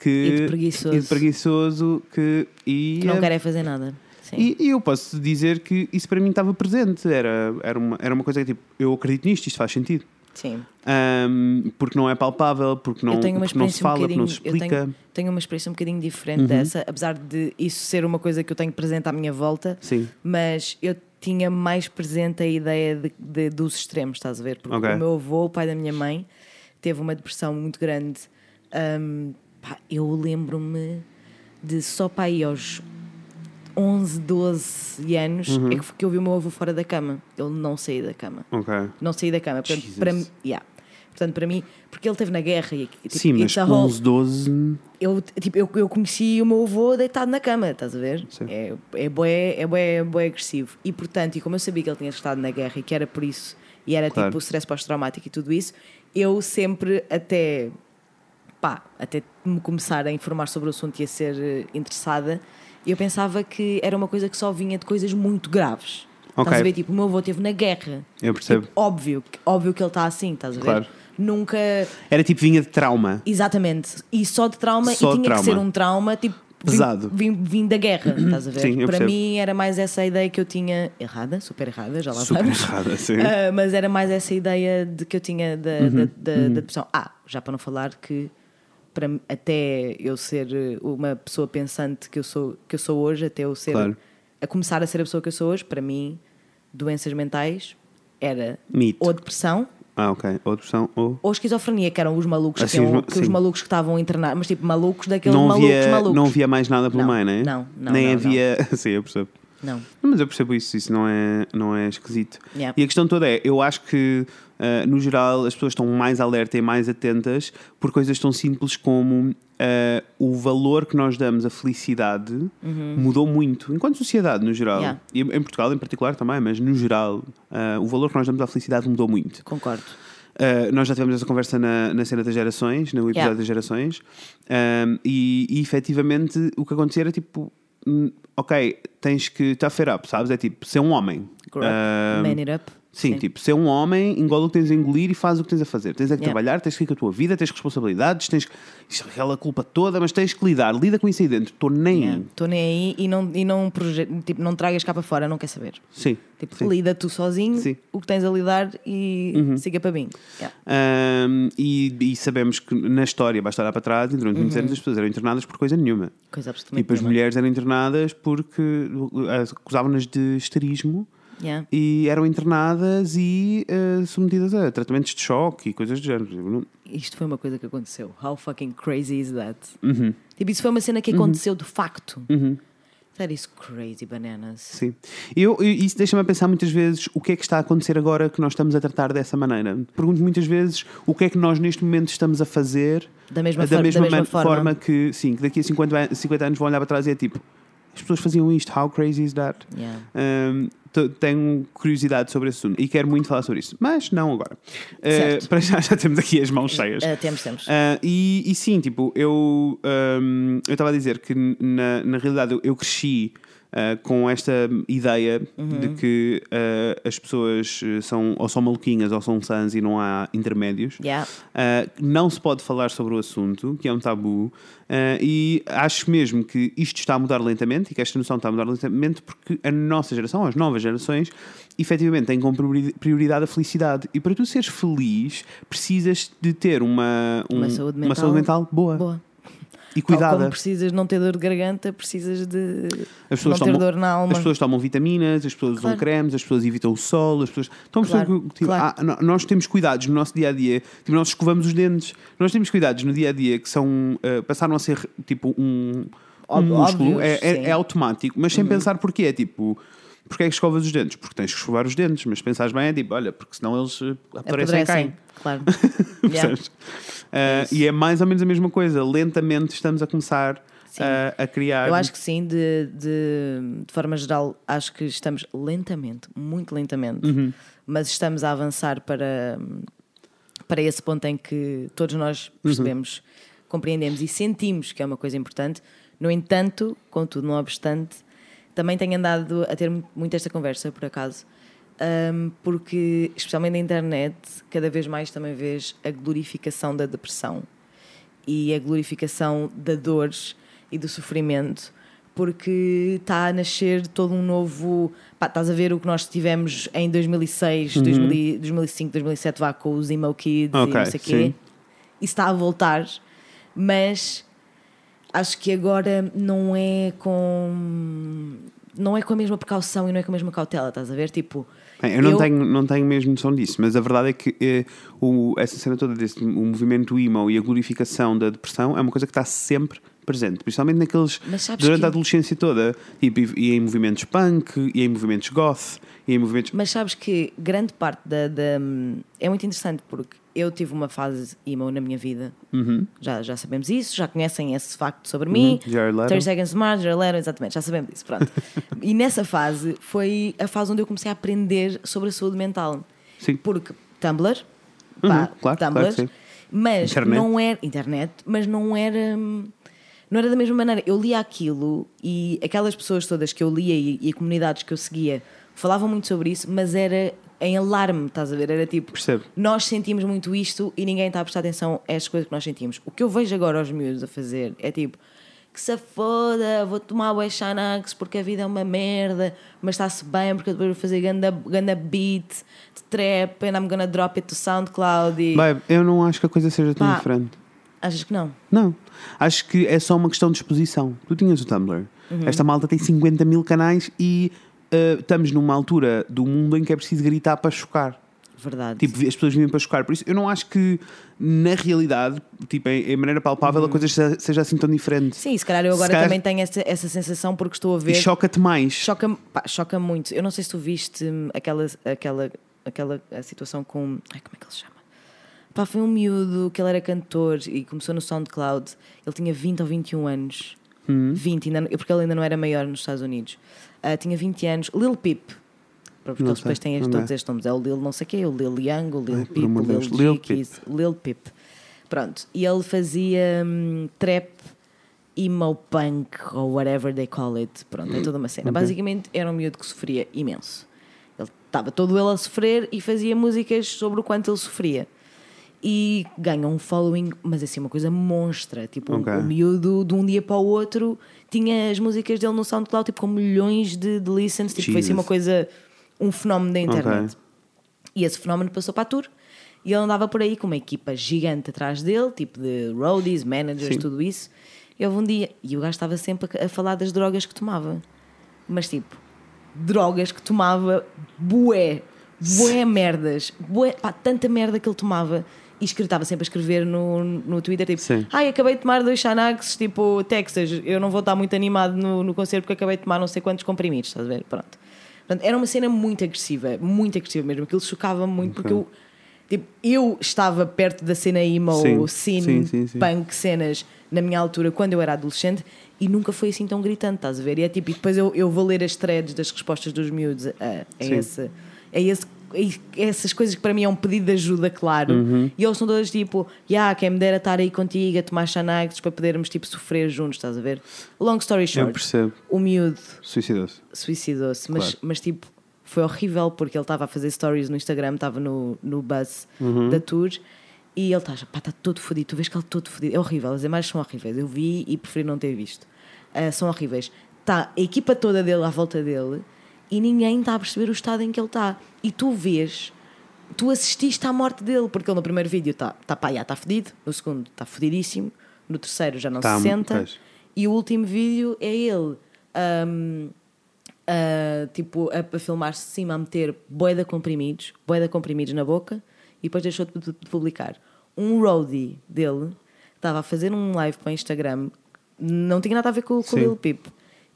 [SPEAKER 1] que
[SPEAKER 2] E de preguiçoso.
[SPEAKER 1] e de preguiçoso que e, é
[SPEAKER 2] Que não querem fazer nada. Sim.
[SPEAKER 1] e, e eu posso dizer que isso para mim estava presente, era, era, uma, era uma coisa que tipo, eu acredito nisto, isto faz sentido.
[SPEAKER 2] Sim.
[SPEAKER 1] Ahm, porque não é palpável, porque não,
[SPEAKER 2] eu tenho uma
[SPEAKER 1] porque não se
[SPEAKER 2] experiência um
[SPEAKER 1] fala, porque
[SPEAKER 2] bocadinho,
[SPEAKER 1] não se
[SPEAKER 2] eu
[SPEAKER 1] explica.
[SPEAKER 2] tenho, tenho uma experiência um bocadinho
[SPEAKER 1] Uhum.
[SPEAKER 2] diferente dessa, apesar de isso ser uma coisa que eu tenho presente à minha volta,
[SPEAKER 1] Sim.
[SPEAKER 2] mas eu tinha mais presente a ideia de- de- dos extremos, estás a ver? Porque
[SPEAKER 1] Ok.
[SPEAKER 2] o meu avô, o pai da minha mãe, teve uma depressão muito grande. Ahm, pá, eu lembro-me de só para aí aos 11, 12 anos
[SPEAKER 1] Uhum.
[SPEAKER 2] é que, foi que eu vi o meu avô fora da cama. Ele não saía da cama
[SPEAKER 1] Ok.
[SPEAKER 2] não saí da cama. Portanto,
[SPEAKER 1] Jesus.
[SPEAKER 2] para, mim- yeah. Portanto, para mim, porque ele esteve na guerra e tipo,
[SPEAKER 1] Sim, mas
[SPEAKER 2] it's a whole-
[SPEAKER 1] 11, 12.
[SPEAKER 2] eu, tipo, eu, eu conheci o meu avô deitado na cama, estás a ver?
[SPEAKER 1] Sim.
[SPEAKER 2] É, é, bué, é, bué, é bué agressivo. E portanto, e como eu sabia que ele tinha estado na guerra e que era por isso, e era
[SPEAKER 1] Claro.
[SPEAKER 2] tipo o stress pós-traumático e tudo isso, eu sempre até pá, até me começar a informar sobre o assunto e a ser eh, interessada, eu pensava que era uma coisa que só vinha de coisas muito graves. Estás
[SPEAKER 1] Ok.
[SPEAKER 2] a ver? Tipo, o meu avô esteve na guerra.
[SPEAKER 1] Eu percebo.
[SPEAKER 2] Tipo, óbvio, que- óbvio que ele está assim, estás a ver?
[SPEAKER 1] Claro.
[SPEAKER 2] Nunca.
[SPEAKER 1] Era tipo vinha de trauma.
[SPEAKER 2] Exatamente. E só de trauma
[SPEAKER 1] Só de
[SPEAKER 2] e tinha
[SPEAKER 1] trauma.
[SPEAKER 2] que ser um trauma tipo vim-
[SPEAKER 1] Pesado. Uhum.
[SPEAKER 2] Vim, vim da guerra, estás a ver?
[SPEAKER 1] Sim, eu
[SPEAKER 2] Para
[SPEAKER 1] percebo.
[SPEAKER 2] mim era mais essa ideia que eu tinha errada, super errada, já lá
[SPEAKER 1] Super
[SPEAKER 2] vamos. [LAUGHS]
[SPEAKER 1] errada, sim. Uhum,
[SPEAKER 2] Ah, mas era mais essa ideia de que eu tinha da, da, da, da depressão. Ah, já para não falar que para mim- até eu ser eh, uma pessoa pensante que eu sou, que eu sou hoje, até eu ser
[SPEAKER 1] Claro.
[SPEAKER 2] a começar a ser a pessoa que eu sou hoje, para mim, doenças mentais era
[SPEAKER 1] Mito.
[SPEAKER 2] ou depressão
[SPEAKER 1] Ah, ok. Outra opção. Ou...
[SPEAKER 2] ou esquizofrenia, que eram os malucos
[SPEAKER 1] Ah,
[SPEAKER 2] que,
[SPEAKER 1] sim, os
[SPEAKER 2] iam-
[SPEAKER 1] ma-
[SPEAKER 2] que os
[SPEAKER 1] sim.
[SPEAKER 2] malucos que estavam internados, mas tipo malucos daqueles
[SPEAKER 1] Não
[SPEAKER 2] malucos
[SPEAKER 1] havia,
[SPEAKER 2] malucos.
[SPEAKER 1] não havia mais nada pelo
[SPEAKER 2] Não,
[SPEAKER 1] meio, né?
[SPEAKER 2] não, não,
[SPEAKER 1] Nem
[SPEAKER 2] não,
[SPEAKER 1] havia. [LAUGHS] Sim, eu percebo.
[SPEAKER 2] Não.
[SPEAKER 1] Mas eu percebo isso, isso não é, não é esquisito.
[SPEAKER 2] Yeah.
[SPEAKER 1] E a questão toda é: eu acho que, ah, no geral, as pessoas estão mais alerta e mais atentas por coisas tão simples como ah, o valor que nós damos à felicidade mudou muito, enquanto sociedade, no geral.
[SPEAKER 2] Uhum. Yeah.
[SPEAKER 1] E em Portugal, em particular, também, mas no geral, ah, o valor que nós damos à felicidade mudou muito.
[SPEAKER 2] Concordo.
[SPEAKER 1] Uh, nós já tivemos essa conversa na, na cena das gerações, no episódio
[SPEAKER 2] Yeah.
[SPEAKER 1] das gerações, um, e, e efetivamente o que acontecia era tipo: hum, ok, tens que estar fed up, sabes? É tipo ser um homem.
[SPEAKER 2] Grow up,
[SPEAKER 1] Um,
[SPEAKER 2] man it up.
[SPEAKER 1] Sim, tipo, ser um homem, engole o que tens a engolir e faz o que tens a fazer. Tens é que
[SPEAKER 2] Yeah.
[SPEAKER 1] trabalhar, tens que ir com a tua vida, tens responsabilidades, tens isto, é aquela culpa toda, mas tens que lidar. Lida com isso aí dentro. Estou nem. aí.
[SPEAKER 2] Estou nem aí e não, e não, proje- tipo, não tragas cá para fora, não quer saber.
[SPEAKER 1] Sim.
[SPEAKER 2] Tipo,
[SPEAKER 1] sim.
[SPEAKER 2] lida tu sozinho
[SPEAKER 1] Sim. Uhum.
[SPEAKER 2] o que tens a lidar e siga para mim. Yeah.
[SPEAKER 1] Um, e, e sabemos que na história, basta olhar para trás, e durante muitos
[SPEAKER 2] Uhum.
[SPEAKER 1] anos as pessoas eram internadas por coisa nenhuma.
[SPEAKER 2] Coisa absolutamente.
[SPEAKER 1] Tipo, as
[SPEAKER 2] nenhuma.
[SPEAKER 1] mulheres eram internadas porque uh, acusavam-nas de esterismo
[SPEAKER 2] Yeah.
[SPEAKER 1] e eram internadas e uh, submetidas a tratamentos de choque e coisas do género. Eu não-
[SPEAKER 2] Isto foi uma coisa que aconteceu. How fucking crazy is that?
[SPEAKER 1] Uhum.
[SPEAKER 2] Tipo, isso foi uma cena que aconteceu de facto. That is crazy bananas.
[SPEAKER 1] Sim. Eu, eu- isso deixa-me a pensar muitas vezes o que é que está a acontecer agora que nós estamos a tratar dessa maneira. Pergunto muitas vezes o que é que nós neste momento estamos a fazer
[SPEAKER 2] Da mesma for- da mesma
[SPEAKER 1] man-
[SPEAKER 2] forma.
[SPEAKER 1] que, sim, que daqui a 50, an- 50 anos vão olhar para trás e é tipo: as pessoas faziam isto, how crazy is that?
[SPEAKER 2] Yeah.
[SPEAKER 1] Hum, to- tenho curiosidade sobre esse assunto e quero muito falar sobre isso, mas não agora. Uh,
[SPEAKER 2] Certo.
[SPEAKER 1] para já, [LAUGHS] já temos aqui as mãos cheias.
[SPEAKER 2] Ah, temos, temos.
[SPEAKER 1] Ah, e, e sim, tipo, eu hum, eu estava a dizer que na, na realidade eu, eu cresci ah, com esta ideia de que ah, as pessoas eh, são ou são maluquinhas ou são sãs e não há intermédios.
[SPEAKER 2] Yeah.
[SPEAKER 1] Ah, não se pode falar sobre o assunto, que é um tabu, ah, e acho mesmo que isto está a mudar lentamente e que esta noção está a mudar lentamente porque a nossa geração, as novas gerações, efetivamente têm como priori- prioridade a felicidade. E para tu seres feliz, precisas de ter uma, um-
[SPEAKER 2] Uma saúde mental.
[SPEAKER 1] mental boa,
[SPEAKER 2] Boa.
[SPEAKER 1] e
[SPEAKER 2] Tal
[SPEAKER 1] cuidada.
[SPEAKER 2] como precisas de não ter dor de garganta, precisas de
[SPEAKER 1] As pessoas,
[SPEAKER 2] não ter
[SPEAKER 1] tomam,
[SPEAKER 2] dor na alma.
[SPEAKER 1] as pessoas tomam vitaminas, as pessoas usam
[SPEAKER 2] Claro.
[SPEAKER 1] cremes, as pessoas evitam o sol, as pessoas. Estão a perceber
[SPEAKER 2] Claro,
[SPEAKER 1] que, tipo,
[SPEAKER 2] claro.
[SPEAKER 1] há- no- nós temos cuidados no nosso dia a dia, tipo, nós escovamos os dentes, nós temos cuidados no dia a dia que são. eh, passaram a ser tipo um, um
[SPEAKER 2] Óbvio,
[SPEAKER 1] músculo, é,
[SPEAKER 2] sim.
[SPEAKER 1] é,
[SPEAKER 2] Uhum.
[SPEAKER 1] é automático, mas sem pensar porquê. É tipo. Porquê é que escovas os dentes? Porque tens que escovar os dentes, mas se pensares bem é tipo, olha, porque senão eles eh, apodrecem e caem. [LAUGHS]
[SPEAKER 2] Apodrecem, claro. Yeah.
[SPEAKER 1] Percebes? Eh, e é mais ou menos a mesma coisa. Lentamente estamos a começar
[SPEAKER 2] Sim.
[SPEAKER 1] eh, a criar.
[SPEAKER 2] Eu acho que sim, de, de, de forma geral, acho que estamos lentamente, muito lentamente, mas estamos a avançar para, para esse ponto em que todos nós percebemos, compreendemos e sentimos que é uma coisa importante. No entanto, contudo, não obstante, também tenho andado a ter mu- muito esta conversa, por acaso, ahm, porque, especialmente na internet, cada vez mais também vês a glorificação da depressão e a glorificação da dor e do sofrimento, porque está a nascer todo um novo. Pá, estás a ver o que nós tivemos em 2006,
[SPEAKER 1] Uhum.
[SPEAKER 2] 2000 e- 2005, 2007, vá com os Emo Kids e
[SPEAKER 1] Ok,
[SPEAKER 2] não sei o
[SPEAKER 1] sim.
[SPEAKER 2] quê. Isso está a voltar, mas acho que agora não é com. Não é com a mesma precaução e não é com a mesma cautela, estás a ver? Tipo.
[SPEAKER 1] Bem, eu não, Tenho, não tenho mesmo noção disso, mas a verdade é que eh, o- essa cena toda desse o movimento emo e a glorificação da depressão é uma coisa que está sempre presente, principalmente naqueles
[SPEAKER 2] Mas sabes
[SPEAKER 1] durante
[SPEAKER 2] que-
[SPEAKER 1] a adolescência toda, tipo, e, e em movimentos punk, e em movimentos goth, e em movimentos.
[SPEAKER 2] Mas sabes que grande parte da, da- É muito interessante porque eu tive uma fase emo na minha vida.
[SPEAKER 1] Uhum.
[SPEAKER 2] Já, já sabemos isso, já conhecem esse facto sobre mim.
[SPEAKER 1] Jared Leto.
[SPEAKER 2] 30 Seconds to Mars, Jared Leto, exatamente, já sabemos disso,
[SPEAKER 1] [LAUGHS]
[SPEAKER 2] pronto. e nessa fase foi a fase onde eu comecei a aprender sobre a saúde mental.
[SPEAKER 1] Sim.
[SPEAKER 2] Porque Tumblr,
[SPEAKER 1] Uhum,
[SPEAKER 2] pá,
[SPEAKER 1] claro, claro
[SPEAKER 2] Tumblr,
[SPEAKER 1] que sim.
[SPEAKER 2] mas
[SPEAKER 1] Internet.
[SPEAKER 2] não era internet, mas não era hum, não era da mesma maneira. Eu lia aquilo e aquelas pessoas todas que eu lia e, e comunidades que eu seguia falavam muito sobre isso, mas era em alarme, estás a ver? Era tipo,
[SPEAKER 1] Percebo.
[SPEAKER 2] nós sentimos muito isto e ninguém está a prestar atenção a estas coisas que nós sentimos. O que eu vejo agora aos miúdos a fazer é tipo, que se foda, vou tomar o Xanax porque a vida é uma merda, mas está-se bem porque eu depois vou fazer ganda, ganda beat de trap and I'm gonna drop it to SoundCloud e...
[SPEAKER 1] Bem, eu não acho que a coisa seja tão
[SPEAKER 2] Pá.
[SPEAKER 1] diferente.
[SPEAKER 2] Achas que não?
[SPEAKER 1] Não. Acho que é só uma questão de exposição. Tu tinhas o Tumblr.
[SPEAKER 2] Uhum.
[SPEAKER 1] Esta malta tem 50 mil canais e eh, estamos numa altura do mundo em que é preciso gritar para chocar.
[SPEAKER 2] Verdade.
[SPEAKER 1] Tipo, as pessoas vivem para chocar. Por isso, eu não acho que, na realidade, tipo, em, em maneira palpável, a coisa seja, seja assim tão diferente.
[SPEAKER 2] Uhum. Sim, se calhar eu
[SPEAKER 1] se
[SPEAKER 2] agora
[SPEAKER 1] calhar-
[SPEAKER 2] também tenho essa, essa sensação porque estou a
[SPEAKER 1] E
[SPEAKER 2] ver.
[SPEAKER 1] choca-te mais.
[SPEAKER 2] Choca-me- pá, choca muito. Eu não sei se tu viste hum, aquela, aquela, aquela a situação com. Ai, como é que ele se chama? Pá, foi um miúdo que ele era cantor e começou no SoundCloud. Ele tinha 20 ou 21 anos.
[SPEAKER 1] Hum.
[SPEAKER 2] 20, ainda, não- porque ele ainda não era maior nos Estados Unidos. Ah, tinha 20 anos. Lil Peep. Porque
[SPEAKER 1] Não
[SPEAKER 2] eles
[SPEAKER 1] sei,
[SPEAKER 2] depois têm estes-
[SPEAKER 1] não é.
[SPEAKER 2] todos estes nomes. É o Lil não sei quê, o Lil Young, o Lil
[SPEAKER 1] Ai, por
[SPEAKER 2] Peep,
[SPEAKER 1] amor
[SPEAKER 2] o
[SPEAKER 1] de
[SPEAKER 2] Lil
[SPEAKER 1] Deus, Lil
[SPEAKER 2] Jeekys, Lil Peep. Pronto. E ele fazia hum, trap emo punk ou whatever they call it. Pronto, é toda uma
[SPEAKER 1] Uhum.
[SPEAKER 2] cena. Basicamente era um miúdo que sofria imenso. Ele estava todo ele a sofrer e fazia músicas sobre o quanto ele sofria. E ganhou um following, mas assim, uma coisa monstra. Tipo,
[SPEAKER 1] Ok.
[SPEAKER 2] o miúdo de um dia para o outro tinha as músicas dele no SoundCloud, tipo, com milhões de, de listens. Tipo, foi assim
[SPEAKER 1] Jesus.
[SPEAKER 2] uma coisa, um fenómeno da internet.
[SPEAKER 1] Ok.
[SPEAKER 2] E esse fenómeno passou para a tour. E ele andava por aí com uma equipa gigante atrás dele, tipo de roadies, managers,
[SPEAKER 1] Sim.
[SPEAKER 2] tudo isso. E houve um dia, e o gajo estava sempre a a falar das drogas que tomava. Mas tipo, drogas que tomava, bué, bué merdas, bué, pá, tanta merda que ele tomava. E escre- estava sempre a escrever no, no Twitter, tipo,
[SPEAKER 1] Sim.
[SPEAKER 2] ai, acabei de tomar dois Xanax, tipo, Texas, eu não vou estar muito animado no, no concerto porque acabei de tomar não sei quantos comprimidos, estás a ver? Pronto. Portanto, era uma cena muito agressiva, muito agressiva mesmo, aquilo chocava muito porque eu, tipo, eu estava perto da cena emo,
[SPEAKER 1] Sim,
[SPEAKER 2] scene,
[SPEAKER 1] sim, sim, sim.
[SPEAKER 2] punk, cenas na minha altura, quando eu era adolescente, e nunca foi assim tão gritante, estás a ver? E é tipo, e depois eu, eu vou ler as threads das respostas dos miúdos a, a
[SPEAKER 1] Sim.
[SPEAKER 2] esse. A esse a essas coisas que para mim é um pedido de ajuda, claro.
[SPEAKER 1] Uhum.
[SPEAKER 2] E eles são todos tipo, yeah, quem me dera estar aí contigo a tomar Xanax para podermos tipo, sofrer juntos, estás a ver? Long story
[SPEAKER 1] eu
[SPEAKER 2] short,
[SPEAKER 1] percebo.
[SPEAKER 2] o miúdo
[SPEAKER 1] Suicidou-se.
[SPEAKER 2] suicidou-se, mas,
[SPEAKER 1] Claro.
[SPEAKER 2] mas tipo, foi horrível porque ele estava a fazer stories no Instagram, estava no, no bus
[SPEAKER 1] Uhum.
[SPEAKER 2] da tour e ele está, pá, está todo fodido, tu vês que ele está todo fodido, é horrível, as imagens são horríveis, eu vi e prefiro não ter visto, Ah, são horríveis. Está a equipa toda dele à volta dele e ninguém está a perceber o estado em que ele está. E tu vês, tu assististe à morte dele, porque ele no primeiro vídeo está, está pá, já está fodido, no segundo está fodidíssimo, no terceiro já não
[SPEAKER 1] Tá,
[SPEAKER 2] se senta.
[SPEAKER 1] pois.
[SPEAKER 2] E o último vídeo é ele ahm, a, tipo, a, a filmar-se de cima, a meter boeda comprimidos, boeda comprimidos na boca e depois deixou de, de- de publicar. Um roadie dele estava a fazer um live para o Instagram, não tinha nada a ver com, com o
[SPEAKER 1] Sim.
[SPEAKER 2] Lil Peep.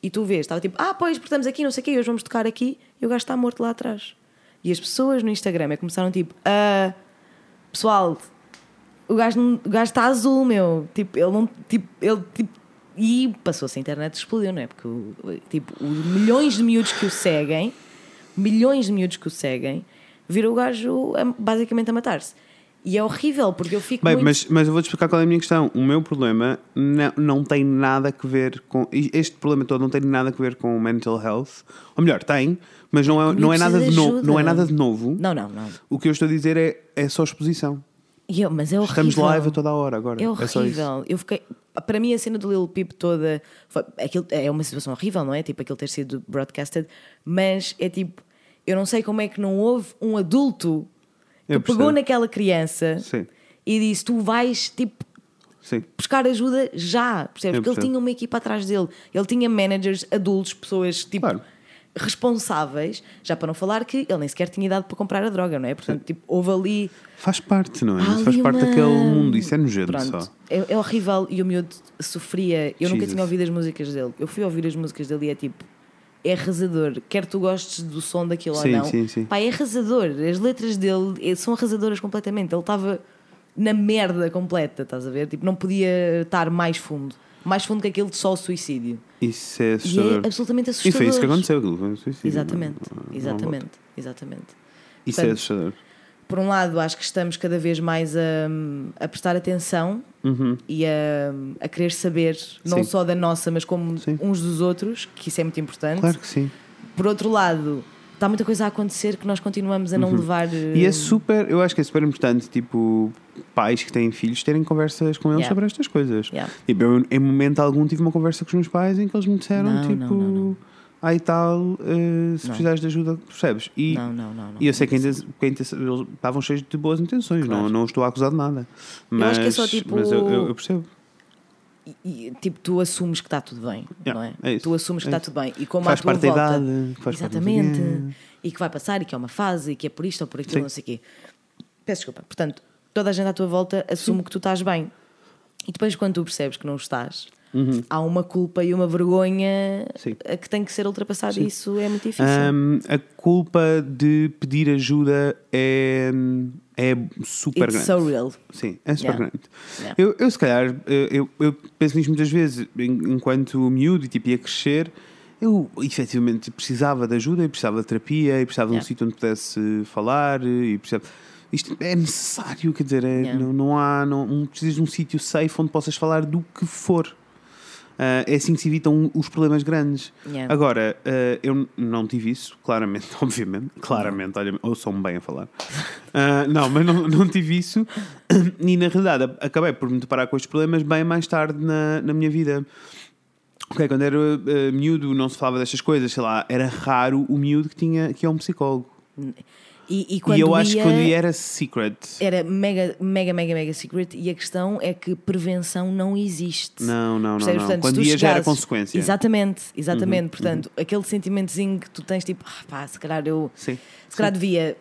[SPEAKER 2] E tu vês, estava tipo, ah, pois, estamos aqui, não sei o quê, hoje vamos tocar aqui e o gajo está morto lá atrás. E as pessoas no Instagram é que começaram tipo, ah, pessoal, o gajo, não- o gajo está azul, meu. Tipo, ele não. Tipo, ele, tipo, e passou-se a internet, explodiu, não é? Porque, o- o- tipo, os milhões de miúdos que o seguem, milhões de miúdos que o seguem, viram o gajo a- basicamente a matar-se. E é horrível, porque eu fico
[SPEAKER 1] Bem,
[SPEAKER 2] muito...
[SPEAKER 1] mas, mas eu vou-te explicar qual é a minha questão. O meu problema não, não tem nada a ver com. Este problema todo não tem nada a ver com mental health. Ou melhor, tem, mas não é, não é,
[SPEAKER 2] precisa
[SPEAKER 1] nada, de
[SPEAKER 2] de
[SPEAKER 1] no,
[SPEAKER 2] ajuda.
[SPEAKER 1] não é nada de novo.
[SPEAKER 2] Não, não, não.
[SPEAKER 1] O que eu estou a dizer é, é só exposição.
[SPEAKER 2] E eu- mas é horrível.
[SPEAKER 1] Estamos live a toda a hora agora.
[SPEAKER 2] É
[SPEAKER 1] só isso.
[SPEAKER 2] horrível. eu fiquei. Para mim, a cena do Lil Peep toda foi- aquilo, é uma situação horrível, não é? Tipo, aquilo ter sido broadcasted, mas é tipo, eu não sei como é que não houve um adulto que
[SPEAKER 1] Eu
[SPEAKER 2] pegou
[SPEAKER 1] percebo.
[SPEAKER 2] naquela criança
[SPEAKER 1] Sim.
[SPEAKER 2] e disse: Tu vais, tipo,
[SPEAKER 1] Sim.
[SPEAKER 2] buscar ajuda já, percebes?
[SPEAKER 1] Eu
[SPEAKER 2] Porque ele
[SPEAKER 1] percebo.
[SPEAKER 2] tinha uma equipa atrás dele, ele tinha managers adultos, pessoas tipo
[SPEAKER 1] Claro.
[SPEAKER 2] responsáveis, já para não falar que ele nem sequer tinha idade para comprar a droga, não é? Portanto, tipo, houve ali.
[SPEAKER 1] Faz parte, não é?
[SPEAKER 2] Há
[SPEAKER 1] Isso faz
[SPEAKER 2] ali
[SPEAKER 1] parte
[SPEAKER 2] uma-
[SPEAKER 1] daquele mundo. Isso é nojento
[SPEAKER 2] Pronto,
[SPEAKER 1] só.
[SPEAKER 2] é, é horrível e o miúdo sofria. Eu nunca
[SPEAKER 1] Jesus.
[SPEAKER 2] tinha ouvido as músicas dele. Eu fui ouvir as músicas dele e é tipo. É arrasador, quer tu gostes do som daquilo
[SPEAKER 1] Sim,
[SPEAKER 2] ou não.
[SPEAKER 1] sim, sim.
[SPEAKER 2] Pá, é arrasador. As letras dele eh, são arrasadoras completamente. Ele estava na merda completa, estás a ver? Tipo, não podia estar mais fundo. Mais fundo que aquele de só o suicídio.
[SPEAKER 1] Isso é
[SPEAKER 2] E
[SPEAKER 1] assustador.
[SPEAKER 2] é
[SPEAKER 1] E
[SPEAKER 2] absolutamente assustador.
[SPEAKER 1] foi isso que aconteceu. aquilo Foi um suicídio,
[SPEAKER 2] Exatamente,
[SPEAKER 1] não- não- não-
[SPEAKER 2] exatamente, exatamente.
[SPEAKER 1] Isso é
[SPEAKER 2] Portanto,
[SPEAKER 1] assustador.
[SPEAKER 2] Por um lado, acho que estamos cada vez mais a, a prestar atenção e a, a querer saber, não
[SPEAKER 1] Uhum. Sim.
[SPEAKER 2] só da nossa, mas como
[SPEAKER 1] Sim.
[SPEAKER 2] uns dos outros, que isso é muito importante.
[SPEAKER 1] Claro que sim.
[SPEAKER 2] Por outro lado, está muita coisa a acontecer que nós continuamos a não levar.
[SPEAKER 1] E
[SPEAKER 2] eh,
[SPEAKER 1] é super, eu acho que é super importante, tipo, pais que têm filhos terem conversas com eles
[SPEAKER 2] Yeah.
[SPEAKER 1] sobre estas coisas.
[SPEAKER 2] Yeah.
[SPEAKER 1] Tipo, eu em momento algum tive uma conversa com os meus pais em que eles me disseram,
[SPEAKER 2] Não, não,
[SPEAKER 1] tipo,
[SPEAKER 2] não, não.
[SPEAKER 1] ai tal, eh, se precisares de ajuda, percebes? E,
[SPEAKER 2] Não, não, não. não.
[SPEAKER 1] e eu sei que, a inten- que a intenção- eles estavam cheios de boas intenções, não,
[SPEAKER 2] Claro.
[SPEAKER 1] não os estou a acusar de nada. Mas,
[SPEAKER 2] Eu acho que é só, tipo,
[SPEAKER 1] mas eu, eu- eu percebo.
[SPEAKER 2] E, e, tipo, tu assumes que está tudo bem,
[SPEAKER 1] Yeah,
[SPEAKER 2] não é?
[SPEAKER 1] é isso,
[SPEAKER 2] tu assumes que
[SPEAKER 1] é
[SPEAKER 2] está
[SPEAKER 1] isso.
[SPEAKER 2] tudo bem. E como
[SPEAKER 1] Faz
[SPEAKER 2] à tua
[SPEAKER 1] parte da
[SPEAKER 2] volta,
[SPEAKER 1] idade, faz parte da
[SPEAKER 2] exatamente,
[SPEAKER 1] vida.
[SPEAKER 2] e que vai passar, e que é uma fase, e que é por isto ou por aquilo,
[SPEAKER 1] Sim.
[SPEAKER 2] não sei o quê. Peço desculpa. Portanto, toda a gente à tua volta assume que tu estás bem. E depois, quando tu percebes que não estás, há uma culpa e uma
[SPEAKER 1] Uhum.
[SPEAKER 2] vergonha
[SPEAKER 1] Sim.
[SPEAKER 2] a que tem que ser ultrapassada. E isso é muito difícil.
[SPEAKER 1] Ahm, a culpa de pedir ajuda é, é super
[SPEAKER 2] It's
[SPEAKER 1] grande.
[SPEAKER 2] so real.
[SPEAKER 1] Sim, é super
[SPEAKER 2] Yeah.
[SPEAKER 1] grande.
[SPEAKER 2] Yeah.
[SPEAKER 1] Eu, eu, se calhar, eu- eu, eu penso nisto muitas vezes, en- enquanto miúdo e tipo, ia crescer, eu efetivamente precisava de ajuda, e precisava de terapia, e precisava de um
[SPEAKER 2] Yeah.
[SPEAKER 1] sítio onde pudesse falar, e precisava. Isto é necessário, quer dizer, é-
[SPEAKER 2] Yeah.
[SPEAKER 1] não, não há. Não, não precisas de um sítio safe onde possas falar do que for. Ah, é assim que se evitam os problemas grandes.
[SPEAKER 2] Yeah.
[SPEAKER 1] Agora, ah, eu n- não tive isso, claramente, [LAUGHS] obviamente. Claramente, olha, ouçam-me bem a falar. Ah, não, mas não, não tive isso. E na realidade, a- acabei por me deparar com estes problemas bem mais tarde na, na minha vida. Ok, quando era ah, miúdo não se falava destas coisas, sei lá, era raro o miúdo que tinha que é um psicólogo.
[SPEAKER 2] E, e quando
[SPEAKER 1] e eu acho que
[SPEAKER 2] ia-
[SPEAKER 1] quando ia era secret.
[SPEAKER 2] Era mega, mega, mega, mega secret. E a questão é que prevenção não existe.
[SPEAKER 1] Não, não, não,
[SPEAKER 2] Percebes?
[SPEAKER 1] não.
[SPEAKER 2] Portanto,
[SPEAKER 1] Quando
[SPEAKER 2] se tu
[SPEAKER 1] ia já era
[SPEAKER 2] chegasses-
[SPEAKER 1] consequência. Uhum,
[SPEAKER 2] Exatamente, exatamente. Portanto, aquele sentimentozinho que tu tens, tipo, ah, pá, se calhar eu.
[SPEAKER 1] Sim,
[SPEAKER 2] Se calhar devia.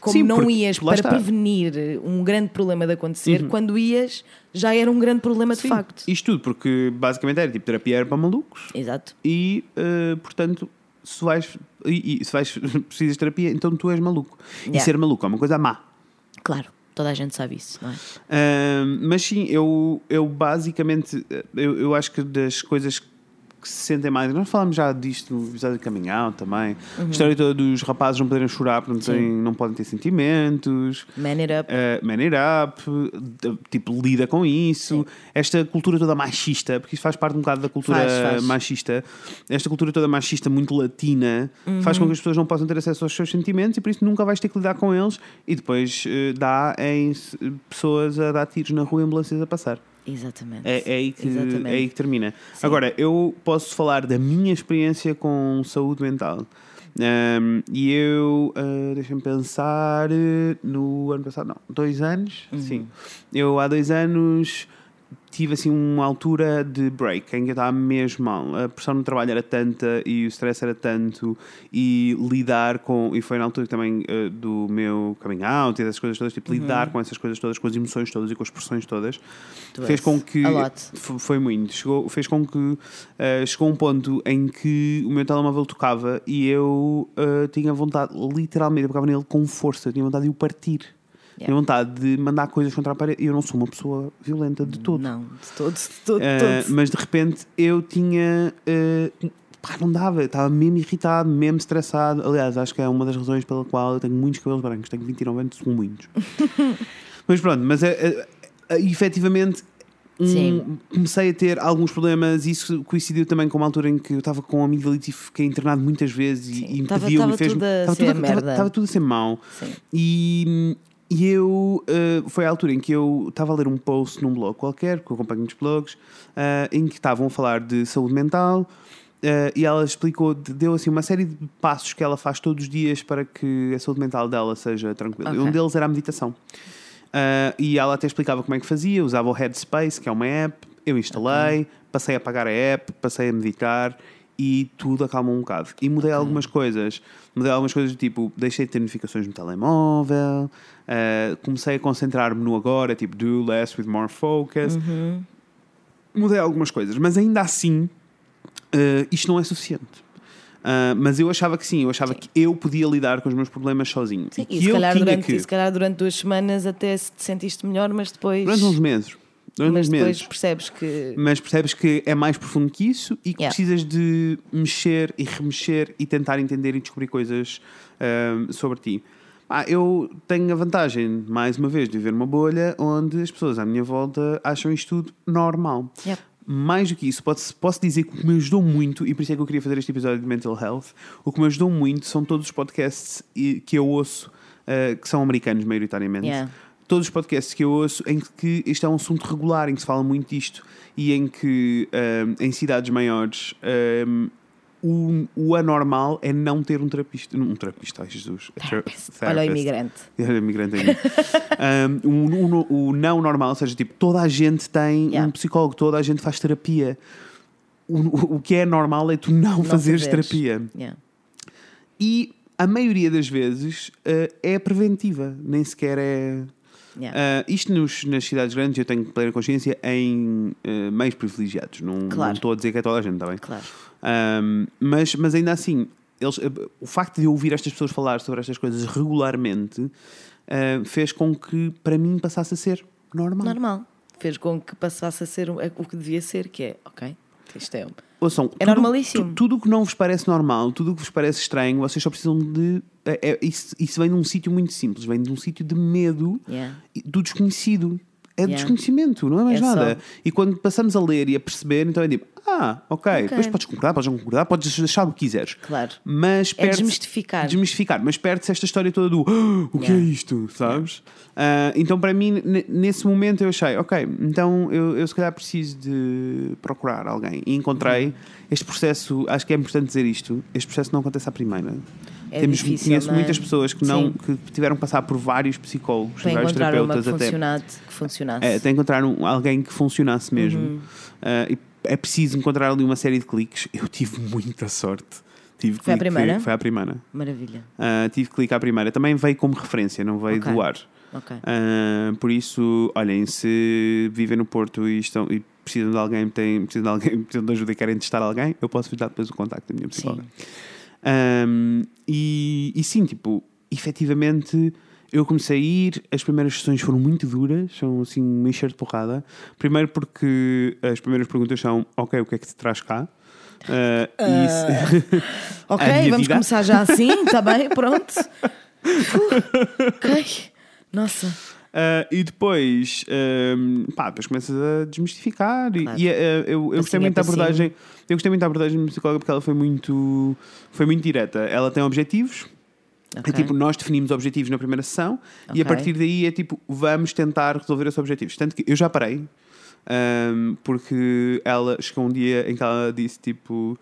[SPEAKER 2] Como
[SPEAKER 1] Sim,
[SPEAKER 2] não
[SPEAKER 1] porque
[SPEAKER 2] ias
[SPEAKER 1] lá
[SPEAKER 2] para
[SPEAKER 1] está. Uhum.
[SPEAKER 2] prevenir um grande problema de acontecer, quando ias já era um grande problema de
[SPEAKER 1] Sim,
[SPEAKER 2] facto.
[SPEAKER 1] Isto tudo, porque basicamente era tipo terapia era para malucos.
[SPEAKER 2] Exato.
[SPEAKER 1] e eh, portanto se vais, e, e se vais [LAUGHS] precisas de terapia, então tu és maluco. E
[SPEAKER 2] Yeah.
[SPEAKER 1] ser maluco é uma coisa má.
[SPEAKER 2] Claro, toda a gente sabe isso, não é?
[SPEAKER 1] Ahm, mas sim, eu, eu basicamente eh, eu, eu acho que das coisas que se sentem mais, nós falámos já disto no episódio de Coming Out também, a história toda dos rapazes não poderem chorar porque não, têm- não podem ter sentimentos.
[SPEAKER 2] Man it up.
[SPEAKER 1] Uh, man it up, d- tipo, lida com isso. Esta cultura toda machista, porque isso faz parte um bocado da cultura
[SPEAKER 2] Faz, faz.
[SPEAKER 1] machista, esta cultura toda machista, muito latina, faz com que as pessoas não possam ter acesso aos seus sentimentos e por isso nunca vais ter que lidar com eles. E depois eh, dá em s- pessoas a dar tiros na rua e ambulâncias a passar.
[SPEAKER 2] Exatamente.
[SPEAKER 1] É, é aí, que,
[SPEAKER 2] Exatamente.
[SPEAKER 1] é aí que termina. Agora, eu posso falar da minha experiência com saúde mental. Ahm, e eu, ah, deixa-me pensar, eh, no ano passado, não, dois anos,
[SPEAKER 2] Uhum.
[SPEAKER 1] sim. Eu há dois anos tive assim uma altura de break em que eu estava mesmo mal. A pressão no trabalho era tanta e o stress era tanto e lidar com. E foi na altura também eh, do meu coming out e dessas coisas todas,
[SPEAKER 2] Uhum.
[SPEAKER 1] tipo, lidar com essas coisas todas, com as emoções todas e com as pressões todas fez
[SPEAKER 2] és
[SPEAKER 1] com que
[SPEAKER 2] a lot.
[SPEAKER 1] F- foi muito chegou fez com que eh, chegou um ponto em que o meu telemóvel tocava e eu eh, tinha vontade literalmente eu pegava nele com força tinha vontade de o partir tinha vontade de mandar coisas contra a parede e eu não sou uma pessoa violenta de todo
[SPEAKER 2] Não, de todos, de todo,
[SPEAKER 1] Eh,
[SPEAKER 2] todos.
[SPEAKER 1] mas de repente eu tinha eh, pá, não dava, eu estava mesmo irritado, mesmo
[SPEAKER 2] [LAUGHS]
[SPEAKER 1] estressado. Aliás, acho que é uma das razões pela qual eu tenho muitos cabelos brancos. Tenho 29 anos, são muitos. Mas pronto, mas é, é, é, efetivamente um-
[SPEAKER 2] Sim.
[SPEAKER 1] comecei a ter alguns problemas e isso coincidiu também com uma altura em que eu estava com amigdalite e fiquei internado muitas vezes e,
[SPEAKER 2] Sim,
[SPEAKER 1] e
[SPEAKER 2] estava-
[SPEAKER 1] impediu-me
[SPEAKER 2] estava
[SPEAKER 1] fez
[SPEAKER 2] tudo a ser a merda.
[SPEAKER 1] Estava tudo a ser mau.
[SPEAKER 2] Sim.
[SPEAKER 1] E, e eu. eh, foi a altura em que eu estava a ler um post num blog qualquer, que eu acompanho nos blogs, eh, em que estavam a falar de saúde mental. eh, e ela explicou, de- deu assim uma série de passos que ela faz todos os dias para que a saúde mental dela seja tranquila.
[SPEAKER 2] Ok.
[SPEAKER 1] Um deles era a meditação. Eh, e ela até explicava como é que fazia, usava o Headspace, que é uma app, eu instalei, passei a pagar a app, passei a meditar e tudo acalmou um bocado. E mudei algumas coisas. Mudei algumas coisas do tipo, deixei de ter notificações no telemóvel, eh, comecei a concentrar-me no agora, tipo, do less with more focus.
[SPEAKER 2] Uhum.
[SPEAKER 1] Mudei algumas coisas, mas ainda assim, eh, isto não é suficiente. Ah, mas eu achava que sim, eu achava que eu podia lidar com os meus problemas sozinho.
[SPEAKER 2] Sim,
[SPEAKER 1] que
[SPEAKER 2] e, se
[SPEAKER 1] eu
[SPEAKER 2] calhar
[SPEAKER 1] tinha
[SPEAKER 2] durante,
[SPEAKER 1] que-
[SPEAKER 2] e se calhar durante duas semanas até se te sentiste melhor, mas depois,
[SPEAKER 1] Durante uns meses. Durante
[SPEAKER 2] mas
[SPEAKER 1] uns
[SPEAKER 2] depois
[SPEAKER 1] meses. Hum.
[SPEAKER 2] percebes que.
[SPEAKER 1] Mas percebes que é mais profundo que isso e que
[SPEAKER 2] Yeah.
[SPEAKER 1] precisas de mexer e remexer e tentar entender e descobrir coisas ahm, sobre ti. Ah, eu tenho a vantagem, mais uma vez, de viver numa bolha onde as pessoas à minha volta acham isto tudo normal.
[SPEAKER 2] Yep.
[SPEAKER 1] Mais do que isso, posso, posso dizer que o que me ajudou muito, e por isso é que eu queria fazer este episódio de Mental Health, o que me ajudou muito são todos os podcasts e- que eu ouço, ah, que são americanos maioritariamente
[SPEAKER 2] Yeah.
[SPEAKER 1] todos os podcasts que eu ouço em que isto é um assunto regular, em que se fala muito disto e em que ahm, em cidades maiores ahm, o, o anormal é não ter um terapista. Um terapista, ai Jesus.
[SPEAKER 2] Therapist.
[SPEAKER 1] Therapist.
[SPEAKER 2] Olha o imigrante.
[SPEAKER 1] Era imigrante [LAUGHS] ainda. Um, o, o- o não normal, ou seja, tipo, toda a gente tem
[SPEAKER 2] Yeah.
[SPEAKER 1] um psicólogo, toda a gente faz terapia. O, o- o que é normal é tu não,
[SPEAKER 2] Não
[SPEAKER 1] fazeres
[SPEAKER 2] fazeres.
[SPEAKER 1] terapia.
[SPEAKER 2] Yeah.
[SPEAKER 1] E a maioria das vezes eh, é preventiva, nem sequer é.
[SPEAKER 2] Yeah.
[SPEAKER 1] Ah, isto nos- nas cidades grandes eu tenho plena consciência em eh, meios privilegiados. Não,
[SPEAKER 2] Claro.
[SPEAKER 1] não estou a dizer que é toda a gente, está bem?
[SPEAKER 2] Claro.
[SPEAKER 1] Ahm, mas, mas ainda assim, eles- o facto de eu ouvir estas pessoas falar sobre estas coisas regularmente ah, fez com que para mim passasse a ser normal.
[SPEAKER 2] Normal. Fez com que passasse a ser o é o que devia ser, que é, ok, isto é.
[SPEAKER 1] Ouçam,
[SPEAKER 2] É normalíssimo.
[SPEAKER 1] tu- Tudo o que não vos parece normal, tudo o que vos parece estranho, vocês só precisam de. é- é- isso, isso vem de um sítio muito simples, vem de um sítio de medo
[SPEAKER 2] Yeah.
[SPEAKER 1] e- do desconhecido. É
[SPEAKER 2] Yeah.
[SPEAKER 1] desconhecimento, não é mais
[SPEAKER 2] É
[SPEAKER 1] nada.
[SPEAKER 2] só.
[SPEAKER 1] E quando passamos a ler e a perceber, então é tipo, ah, ok, depois podes concordar, podes não concordar, podes achar o que quiseres.
[SPEAKER 2] Claro.
[SPEAKER 1] Mas
[SPEAKER 2] É
[SPEAKER 1] perde-se-
[SPEAKER 2] desmistificar.
[SPEAKER 1] Desmistificar, mas perde-se esta história toda do "Ah, o que é
[SPEAKER 2] Yeah.
[SPEAKER 1] isto, sabes? Ah, então, para mim, ne- nesse momento eu achei, ok, então eu, eu se calhar preciso de procurar alguém. E encontrei este processo, acho que é importante dizer isto, este processo não acontece à primeira.
[SPEAKER 2] É
[SPEAKER 1] Temos,
[SPEAKER 2] difícil,
[SPEAKER 1] conheço
[SPEAKER 2] não é?
[SPEAKER 1] muitas pessoas que, não,
[SPEAKER 2] Sim.
[SPEAKER 1] que tiveram que passar por vários psicólogos,
[SPEAKER 2] Para
[SPEAKER 1] vários
[SPEAKER 2] encontrar uma que
[SPEAKER 1] terapeutas até.
[SPEAKER 2] funcionasse. Que funcionasse.
[SPEAKER 1] É, até encontrar um- alguém que funcionasse mesmo.
[SPEAKER 2] Uhum.
[SPEAKER 1] Ah, e é preciso encontrar ali uma série de cliques. Eu tive muita sorte. Tive
[SPEAKER 2] Foi à
[SPEAKER 1] clique-
[SPEAKER 2] primeira?
[SPEAKER 1] Foi à primeira.
[SPEAKER 2] Maravilha.
[SPEAKER 1] Ah, tive clique à primeira. Também veio como referência, não veio
[SPEAKER 2] Ok.
[SPEAKER 1] do ar.
[SPEAKER 2] Ok.
[SPEAKER 1] Ah, por isso, olhem, se vivem no Porto e, estão, e precisam de alguém, têm, precisam de alguém, [LAUGHS] precisam de ajuda e querem testar alguém, eu posso vos dar depois o contacto da minha psicóloga. Um, e, e sim, tipo, efetivamente eu comecei a ir, as primeiras sessões foram muito duras, são assim uma encher de porrada. Primeiro porque as primeiras perguntas são, ok, o que é que te traz cá? Uh, e se-
[SPEAKER 2] Ok,
[SPEAKER 1] A minha
[SPEAKER 2] vamos
[SPEAKER 1] vida.
[SPEAKER 2] começar já assim, está bem? Pronto.
[SPEAKER 1] [LAUGHS]
[SPEAKER 2] Uh, ok. Nossa.
[SPEAKER 1] Uh, e depois, um, pá, depois começas a desmistificar. E-
[SPEAKER 2] Claro.
[SPEAKER 1] E, uh, eu, eu
[SPEAKER 2] Passinho
[SPEAKER 1] gostei
[SPEAKER 2] a
[SPEAKER 1] muito da
[SPEAKER 2] passinho.
[SPEAKER 1] abordagem. Eu gostei muito da abordagem do psicóloga porque ela foi muito, foi muito direta. Ela tem objetivos.
[SPEAKER 2] Ok.
[SPEAKER 1] É tipo, nós definimos objetivos na primeira sessão e a
[SPEAKER 2] Ok.
[SPEAKER 1] partir daí é tipo, vamos tentar resolver esses objetivos. Tanto que eu já parei, ahm, porque ela chegou um dia em que ela disse tipo.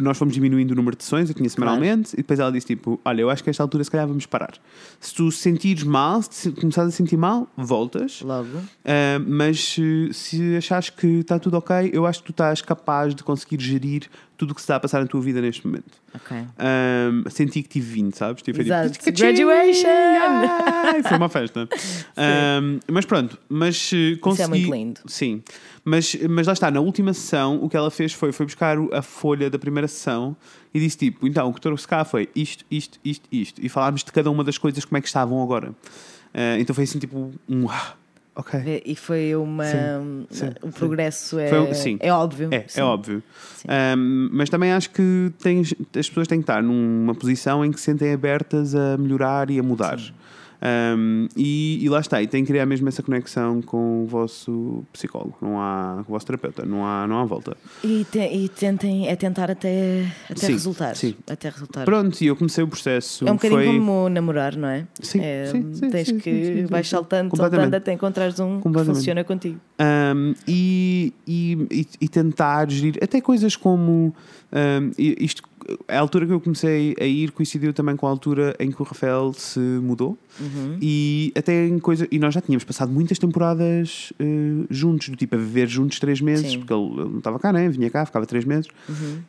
[SPEAKER 1] Nós fomos diminuindo o número de sessões, eu tinha semanalmente, e depois ela disse tipo: Olha, eu acho que a esta altura se calhar vamos parar. Se tu sentires mal, se te começares a sentir mal, voltas.
[SPEAKER 2] Logo.
[SPEAKER 1] Ah, mas se, se achares que está tudo ok, eu acho que tu estás capaz de conseguir gerir tudo o que se está a passar na tua vida neste momento.
[SPEAKER 2] Ok. é
[SPEAKER 1] Um, senti que tive 20, sabes? Tive
[SPEAKER 2] Exato.
[SPEAKER 1] Tipo,
[SPEAKER 2] Graduation!
[SPEAKER 1] Ai, foi uma
[SPEAKER 2] [LAUGHS]
[SPEAKER 1] festa. Um, mas pronto, mas eh, consegui.
[SPEAKER 2] é muito lindo.
[SPEAKER 1] Sim. Mas, mas lá está, na última sessão, o que ela fez foi, foi buscar o- a folha da primeira sessão e disse tipo: então, o que trouxe cá foi isto, isto, isto, isto. E falámos de cada uma das coisas, como é que estavam agora. Ah, então foi assim, tipo, um. ah, ok.
[SPEAKER 2] Vê, E foi uma.
[SPEAKER 1] Sim, sim,
[SPEAKER 2] o
[SPEAKER 1] sim.
[SPEAKER 2] progresso é,
[SPEAKER 1] Foi um- sim.
[SPEAKER 2] é óbvio.
[SPEAKER 1] É,
[SPEAKER 2] Sim.
[SPEAKER 1] é óbvio.
[SPEAKER 2] Sim.
[SPEAKER 1] Ahm, mas também acho que tens- as pessoas têm que estar numa posição em que se sentem abertas a melhorar e a mudar. Um, e, e lá está, e tem que criar mesmo essa conexão com o vosso psicólogo, não há, com o vosso terapeuta, não há, não há volta.
[SPEAKER 2] E, te- e tentem, é tentar até, até
[SPEAKER 1] Sim,
[SPEAKER 2] resultar.
[SPEAKER 1] sim.
[SPEAKER 2] Até resultar.
[SPEAKER 1] Pronto, e eu comecei o processo.
[SPEAKER 2] É um bocadinho
[SPEAKER 1] foi...
[SPEAKER 2] como namorar, não é?
[SPEAKER 1] Sim,
[SPEAKER 2] É,
[SPEAKER 1] sim, sim,
[SPEAKER 2] tens
[SPEAKER 1] sim,
[SPEAKER 2] que
[SPEAKER 1] sim, sim, sim,
[SPEAKER 2] vais
[SPEAKER 1] sim.
[SPEAKER 2] saltando, saltando
[SPEAKER 1] Completamente.
[SPEAKER 2] até encontrares um que
[SPEAKER 1] Completamente. [LAUGHS]
[SPEAKER 2] funciona contigo.
[SPEAKER 1] Um, e, e, e- e tentar gerir até coisas como um, e- isto, a altura que eu comecei a ir coincidiu também com a altura em que o Rafael se mudou
[SPEAKER 2] Uhum.
[SPEAKER 1] e até em coisa e nós já tínhamos passado muitas temporadas eh, juntos, do tipo a viver juntos três meses,
[SPEAKER 2] Sim. Uhum.
[SPEAKER 1] porque ele, ele não estava cá, né? vinha cá, ficava três meses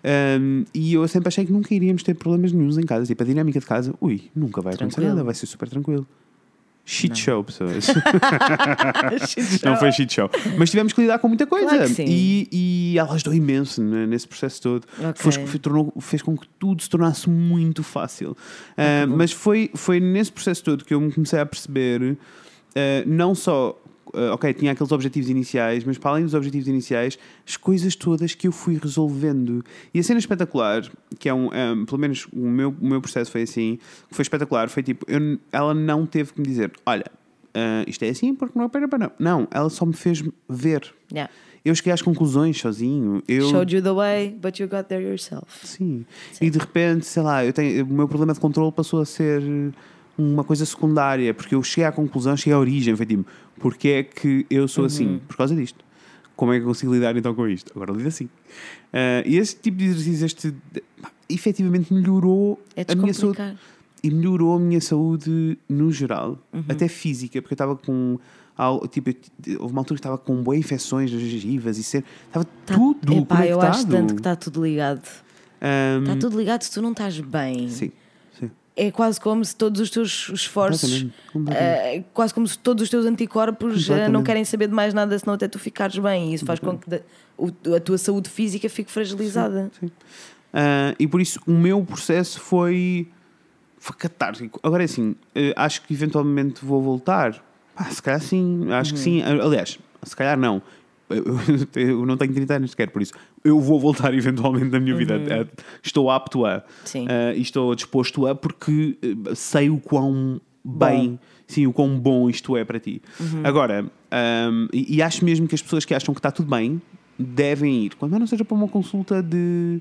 [SPEAKER 1] Um, e eu sempre achei que nunca iríamos ter problemas nenhums em casa, tipo a dinâmica de casa, ui, nunca vai acontecer
[SPEAKER 2] Tranquilo.
[SPEAKER 1] nada, vai ser super tranquilo. Shit show,
[SPEAKER 2] [LAUGHS]
[SPEAKER 1] pessoas. Não
[SPEAKER 2] Não
[SPEAKER 1] foi shit show. Mas tivemos que lidar com muita coisa.
[SPEAKER 2] Claro que sim.
[SPEAKER 1] E, e ela ajudou imenso ne- nesse processo todo.
[SPEAKER 2] Ok.
[SPEAKER 1] Fez, fe- tornou- fez com que tudo se tornasse muito fácil. Ah, mas foi, foi nesse processo todo que eu me comecei a perceber, ah, não só. ah, ok, tinha aqueles objetivos iniciais, mas para além dos objetivos iniciais, as coisas todas que eu fui resolvendo. E a cena espetacular, que é um, ah, pelo menos o meu, o meu processo foi assim, que foi espetacular, foi tipo, eu n- ela não teve que me dizer, olha, ah, isto é assim porque não é para para não. Não, ela só me fez ver.
[SPEAKER 2] Yeah.
[SPEAKER 1] Eu cheguei às conclusões sozinho. Eu,
[SPEAKER 2] Showed you the way, but you got there yourself.
[SPEAKER 1] Sim. E de repente, sei lá, eu tenho, o meu problema de controle passou a ser uma coisa secundária, porque eu cheguei à conclusão, cheguei à origem, foi tipo, porque é que eu sou assim? Por causa disto. Como é que eu consigo lidar então com isto? Agora lido assim. Ah, e este tipo de exercício, este, pá, efetivamente melhorou
[SPEAKER 2] É
[SPEAKER 1] a minha saúde
[SPEAKER 2] descomplicar.
[SPEAKER 1] e melhorou a minha saúde no geral,
[SPEAKER 2] Uhum.
[SPEAKER 1] até física, porque eu estava com. al- Tipo, eu t- houve uma altura que estava com boas infecções nas gengivas e ser. Estava tudo
[SPEAKER 2] Tá. Epá,
[SPEAKER 1] conectado.
[SPEAKER 2] eu acho tanto que tá- Uhum. está tudo ligado.
[SPEAKER 1] Ahm,
[SPEAKER 2] Está tudo ligado se tu não estás bem.
[SPEAKER 1] Sim, sim.
[SPEAKER 2] É quase como se todos os teus esforços,
[SPEAKER 1] Completamente, completamente.
[SPEAKER 2] eh, quase como se todos os teus anticorpos eh, não
[SPEAKER 1] Completamente.
[SPEAKER 2] querem saber de mais nada senão até tu ficares bem. E isso faz com que da- o- a tua saúde física fique fragilizada.
[SPEAKER 1] Ah, e por isso o meu processo foi, foi catártico. Agora é assim, eh, acho que eventualmente vou voltar. Pá, se calhar sim, acho que sim. Ah, Aliás, se calhar não. Eu, [LAUGHS] eu não tenho 30 anos sequer, por isso eu vou voltar [LAUGHS] eventualmente na minha vida. Eh, Estou apto a
[SPEAKER 2] Sim.
[SPEAKER 1] Ah, e estou disposto a porque eh, sei o quão bem, sim, o quão bom isto é para ti. Agora, ahm, e, e acho mesmo que as pessoas que acham que está tudo bem devem ir, quando mais não seja para uma consulta de,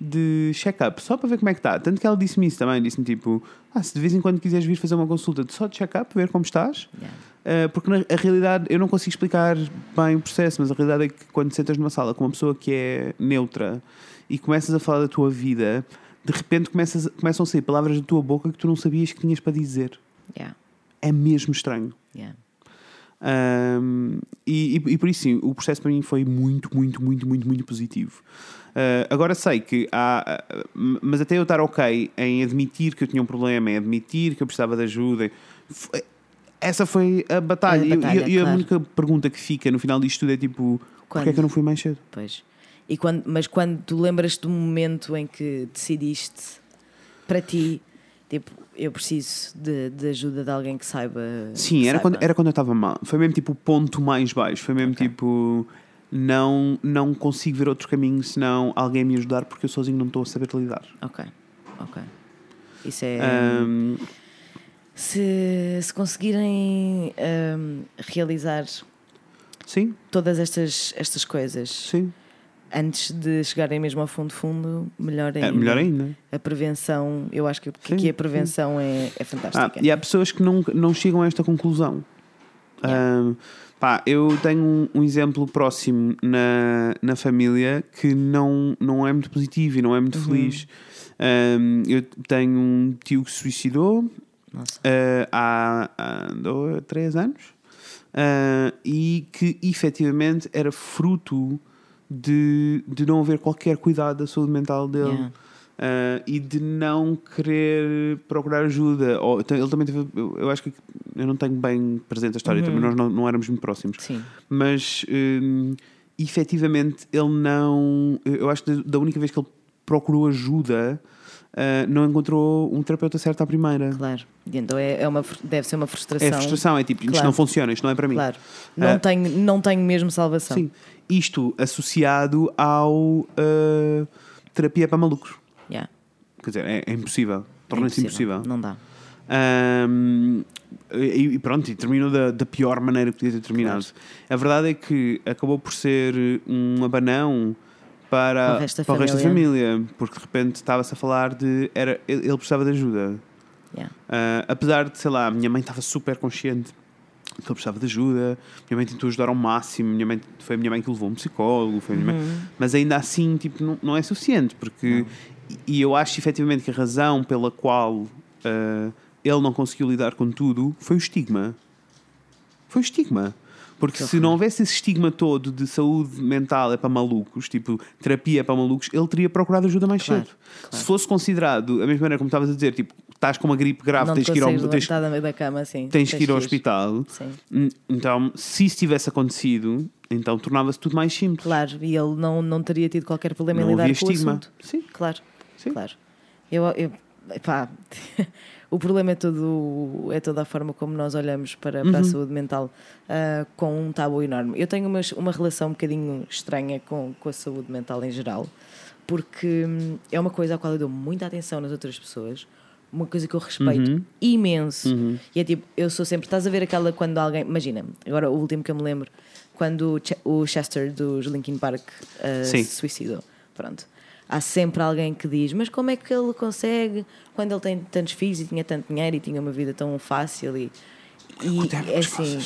[SPEAKER 1] de check-up, só para ver como é que está. Tanto que ela disse-me isso também, disse-me tipo, ah, se de vez em quando quiseres vir fazer uma consulta de só de check-up, ver como estás,
[SPEAKER 2] Yeah.
[SPEAKER 1] Uh, porque na, a realidade, eu não consigo explicar bem o processo, mas a realidade é que quando sentas numa sala com uma pessoa que é neutra e começas a falar da tua vida, de repente começas, começam a sair palavras da tua boca que tu não sabias que tinhas para dizer.
[SPEAKER 2] Yeah.
[SPEAKER 1] É mesmo estranho.
[SPEAKER 2] Yeah.
[SPEAKER 1] Um, e, e- e por isso, sim, o processo para mim foi muito, muito, muito, muito, muito positivo. Uh, agora sei que há. uh, m- Mas até eu estar ok em admitir que eu tinha um problema, em admitir que eu precisava de ajuda, foi- essa foi a batalha.
[SPEAKER 2] É a
[SPEAKER 1] E eu-
[SPEAKER 2] batalha,
[SPEAKER 1] e, eu- e
[SPEAKER 2] claro.
[SPEAKER 1] a única pergunta que fica no final disto tudo é tipo:
[SPEAKER 2] Quando?
[SPEAKER 1] porquê é que eu não fui mais cedo?
[SPEAKER 2] Pois. E quando, mas quando tu lembras do momento em que decidiste para ti, tipo, eu preciso de, de ajuda de alguém que saiba.
[SPEAKER 1] Sim,
[SPEAKER 2] que
[SPEAKER 1] era
[SPEAKER 2] saiba.
[SPEAKER 1] quando, era quando eu estava mal. Foi mesmo tipo o ponto mais baixo. Foi mesmo
[SPEAKER 2] Ok.
[SPEAKER 1] tipo. Não, não consigo ver outro caminho senão alguém me ajudar porque eu sozinho não estou a saber lidar.
[SPEAKER 2] Ok, ok. Isso é.
[SPEAKER 1] Um,
[SPEAKER 2] Se, se conseguirem hum, realizar
[SPEAKER 1] sim,
[SPEAKER 2] todas estas, estas coisas
[SPEAKER 1] sim.
[SPEAKER 2] antes de chegarem mesmo ao fundo fundo, melhor ainda.
[SPEAKER 1] É, melhor ainda.
[SPEAKER 2] A prevenção, eu acho que, que
[SPEAKER 1] Sim,
[SPEAKER 2] aqui
[SPEAKER 1] sim.
[SPEAKER 2] a prevenção é, é
[SPEAKER 1] Ah,
[SPEAKER 2] fantástica.
[SPEAKER 1] e há pessoas que não, não chegam a esta conclusão. Ahm, pá, eu tenho um, um exemplo próximo na, na família que não, não é muito positivo e não é muito feliz. Ahm, eu tenho um tio que se suicidou
[SPEAKER 2] Nossa.
[SPEAKER 1] ah, há, há dois, três anos ah, e que efetivamente era fruto de, de não haver qualquer cuidado da saúde mental dele.
[SPEAKER 2] Yeah.
[SPEAKER 1] Ah, e de não querer procurar ajuda. Ou, então, ele também teve. Eu, eu acho que. Eu não tenho bem presente a história,
[SPEAKER 2] Uhum.
[SPEAKER 1] também nós não, não éramos muito próximos.
[SPEAKER 2] Sim.
[SPEAKER 1] Mas hum, efetivamente ele não. Eu acho que da- da única vez que ele procurou ajuda, ah, não encontrou um terapeuta certo à primeira.
[SPEAKER 2] Claro. E Então é, é uma, fr- deve ser uma frustração.
[SPEAKER 1] É frustração, é tipo, isto
[SPEAKER 2] Claro.
[SPEAKER 1] não funciona, isto não é para mim.
[SPEAKER 2] Claro. então. Não,
[SPEAKER 1] Ah.
[SPEAKER 2] tenho, não tenho mesmo salvação.
[SPEAKER 1] Sim. Isto associado ao ah, terapia para malucos.
[SPEAKER 2] Yeah. É
[SPEAKER 1] Quer dizer, é, é impossível. Torna-se impossível.
[SPEAKER 2] Não dá.
[SPEAKER 1] Ahm, E, e pronto, e terminou da, da pior maneira que podia ter terminado. A verdade é que acabou por ser um abanão para,
[SPEAKER 2] Para o resto da
[SPEAKER 1] para o resto da família, porque de repente estava-se a falar de. Era, ele ele precisava de ajuda.
[SPEAKER 2] Yeah.
[SPEAKER 1] Ah, apesar de, sei lá, a minha mãe estava super consciente que ele precisava de ajuda, minha mãe tentou ajudar ao máximo, minha mãe, foi a minha mãe que levou um psicólogo, foi a minha
[SPEAKER 2] Uhum.
[SPEAKER 1] mãe- mas ainda assim tipo, não, não é suficiente, porque e eu acho efetivamente que a razão pela qual ah, ele não conseguiu lidar com tudo foi o estigma. Foi o estigma. Porque se não houvesse esse estigma todo de saúde mental é para malucos, tipo terapia é para malucos, ele teria procurado ajuda mais
[SPEAKER 2] Claro,
[SPEAKER 1] cedo. Se fosse considerado, da mesma maneira como estavas a dizer, tipo, estás com uma gripe grave,
[SPEAKER 2] Não
[SPEAKER 1] Ah, tens que ir ao,
[SPEAKER 2] consegues
[SPEAKER 1] tens,
[SPEAKER 2] levantar da- da cama, sim.
[SPEAKER 1] tens que ir ao hospital.
[SPEAKER 2] Sim.
[SPEAKER 1] Hum, Então, se isso tivesse acontecido, então tornava-se tudo mais simples.
[SPEAKER 2] Claro, e ele não, não teria tido qualquer problema
[SPEAKER 1] Não
[SPEAKER 2] em lidar
[SPEAKER 1] havia
[SPEAKER 2] com
[SPEAKER 1] estigma.
[SPEAKER 2] o assunto.
[SPEAKER 1] Sim.
[SPEAKER 2] Claro,
[SPEAKER 1] Sim.
[SPEAKER 2] claro. Eu, eu, pá, [LAUGHS] o problema é, todo, é toda a forma como nós olhamos para, para
[SPEAKER 1] Uhum.
[SPEAKER 2] a saúde mental ah, com um tabu enorme. Eu tenho uma, uma relação um bocadinho estranha com, com a saúde mental em geral, porque hum, é uma coisa à qual eu dou muita atenção nas outras pessoas. Uma coisa que eu respeito
[SPEAKER 1] Uhum.
[SPEAKER 2] imenso. E é tipo, eu sou sempre. Estás a ver aquela quando alguém. Imagina, agora o último que eu me lembro, quando o Ch- o Chester dos Linkin Park ah,
[SPEAKER 1] Sim.
[SPEAKER 2] se suicidou. Pronto. Há sempre alguém que diz, mas como é que ele consegue quando ele tem tantos filhos e tinha tanto dinheiro e tinha uma vida tão fácil e, e é assim,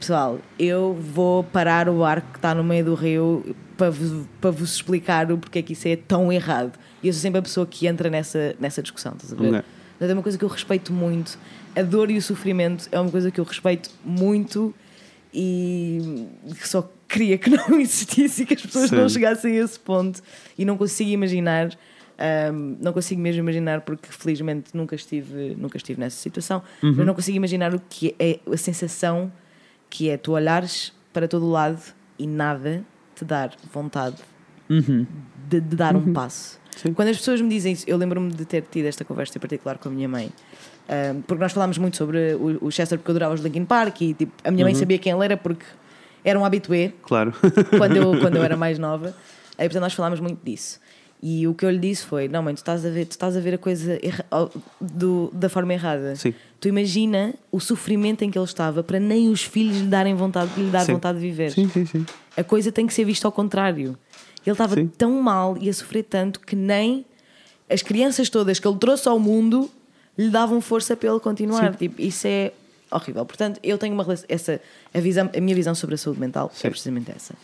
[SPEAKER 2] pessoal, eu vou parar o barco que está no meio do rio para vos, para vos explicar o porque é que isso é tão errado. E eu sou sempre a pessoa que entra nessa, nessa discussão, estás a ver?
[SPEAKER 1] Ok.
[SPEAKER 2] Portanto, é uma coisa que eu respeito muito. A dor e o sofrimento é uma coisa que eu respeito muito e que só queria que não [LAUGHS] existisse e que as pessoas
[SPEAKER 1] Sim.
[SPEAKER 2] não chegassem a esse ponto. E não consigo imaginar, hum, não consigo mesmo imaginar, porque felizmente nunca estive, nunca estive nessa situação,
[SPEAKER 1] Uhum.
[SPEAKER 2] mas não consigo imaginar o que é a sensação que é tu olhares para todo o lado e nada te dar vontade de, de dar um passo.
[SPEAKER 1] Uhum. Sim.
[SPEAKER 2] Quando as pessoas me dizem isso, eu lembro-me de ter tido esta conversa em particular com a minha mãe, ahm, porque nós falámos muito sobre o, o Chester, porque eu adorava os Linkin Park e tipo, a minha
[SPEAKER 1] Uhum.
[SPEAKER 2] mãe sabia quem ele era porque era um habitué
[SPEAKER 1] Claro. [LAUGHS]
[SPEAKER 2] quando eu, quando eu era mais nova. Aí, portanto, nós falámos muito disso. E o que eu lhe disse foi: não, mãe, tu estás a ver, tu estás a, ver a coisa erra- ao- do- da forma errada.
[SPEAKER 1] Sim.
[SPEAKER 2] Tu imagina o sofrimento em que ele estava para nem os filhos lhe darem vontade, lhe dar
[SPEAKER 1] Sim.
[SPEAKER 2] vontade de viver.
[SPEAKER 1] sim, sim, sim.
[SPEAKER 2] A coisa tem que ser vista ao contrário. Ele estava
[SPEAKER 1] Sim.
[SPEAKER 2] tão mal e a sofrer tanto que nem as crianças todas que ele trouxe ao mundo lhe davam força para ele continuar. Tipo, isso é horrível. Portanto, eu tenho uma relação. Essa, a, visão, a minha visão sobre a saúde mental
[SPEAKER 1] Sim.
[SPEAKER 2] é precisamente essa.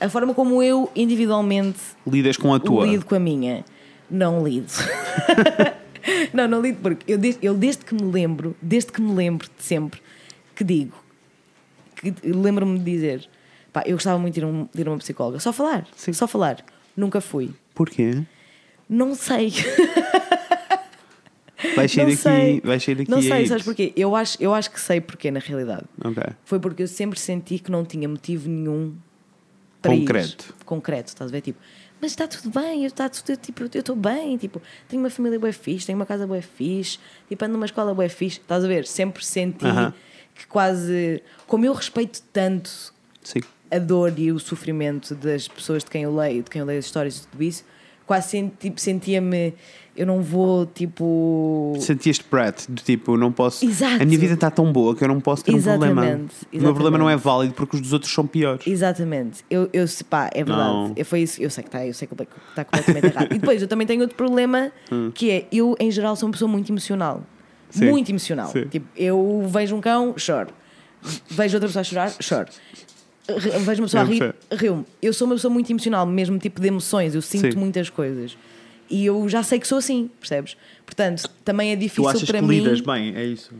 [SPEAKER 2] A forma como eu individualmente
[SPEAKER 1] Lidas com a tua.
[SPEAKER 2] Lido com a minha. Não lido. [LAUGHS] não, não lido porque eu desde, eu desde que me lembro, desde que me lembro de sempre, que digo, que lembro-me de dizer, pá, eu gostava muito de ir, a um, de ir a uma psicóloga. Só falar,
[SPEAKER 1] Sim.
[SPEAKER 2] só falar. Nunca fui.
[SPEAKER 1] Porquê?
[SPEAKER 2] Não sei. [LAUGHS]
[SPEAKER 1] Vai sair
[SPEAKER 2] não
[SPEAKER 1] daqui.
[SPEAKER 2] sei.
[SPEAKER 1] Vai sair daqui.
[SPEAKER 2] Não
[SPEAKER 1] a
[SPEAKER 2] sei,
[SPEAKER 1] ir.
[SPEAKER 2] sabes porquê? Eu acho, eu acho que sei porquê, na realidade.
[SPEAKER 1] Ok.
[SPEAKER 2] Foi porque eu sempre senti que não tinha motivo nenhum para
[SPEAKER 1] Concreto.
[SPEAKER 2] Ir. Concreto, estás a ver? Tipo, mas está tudo bem, eu está tudo, tipo, eu estou bem, tipo, tenho uma família bué fixe, tenho uma casa bué fixe, tipo, ando numa escola bué fixe, estás a ver? Sempre senti
[SPEAKER 1] Aham.
[SPEAKER 2] que quase, como eu respeito tanto
[SPEAKER 1] Sim.
[SPEAKER 2] a dor e o sofrimento das pessoas de quem eu leio, de quem eu leio as histórias e tudo isso, quase senti- tipo, sentia-me, eu não vou, tipo...
[SPEAKER 1] Sentias-te brat, do tipo, não posso.
[SPEAKER 2] Exato.
[SPEAKER 1] A minha vida está tão boa que eu não posso ter um problema.
[SPEAKER 2] Exatamente,
[SPEAKER 1] O meu problema
[SPEAKER 2] exatamente.
[SPEAKER 1] não é válido porque os dos outros são piores.
[SPEAKER 2] Exatamente. Eu, eu se- pá, é verdade.
[SPEAKER 1] Não.
[SPEAKER 2] Eu, foi isso, eu sei que está, eu sei que está completamente errado. E depois eu também tenho
[SPEAKER 1] [LAUGHS]
[SPEAKER 2] outro problema que é eu, em geral, sou uma pessoa muito emocional.
[SPEAKER 1] Hum. Sim.
[SPEAKER 2] Muito emocional.
[SPEAKER 1] Sim.
[SPEAKER 2] Tipo, eu vejo um cão, choro. Vejo outra pessoa a chorar, choro. Re- Vejo uma pessoa a
[SPEAKER 1] Eu
[SPEAKER 2] rir,
[SPEAKER 1] percebo.
[SPEAKER 2] rio-me. Eu sou uma pessoa muito emocional, mesmo tipo de emoções, eu sinto
[SPEAKER 1] Sim.
[SPEAKER 2] muitas coisas. E eu já sei que sou assim, percebes? Portanto, também é
[SPEAKER 1] Tu
[SPEAKER 2] difícil
[SPEAKER 1] achas
[SPEAKER 2] para
[SPEAKER 1] que
[SPEAKER 2] mim.
[SPEAKER 1] lidas bem, é isso?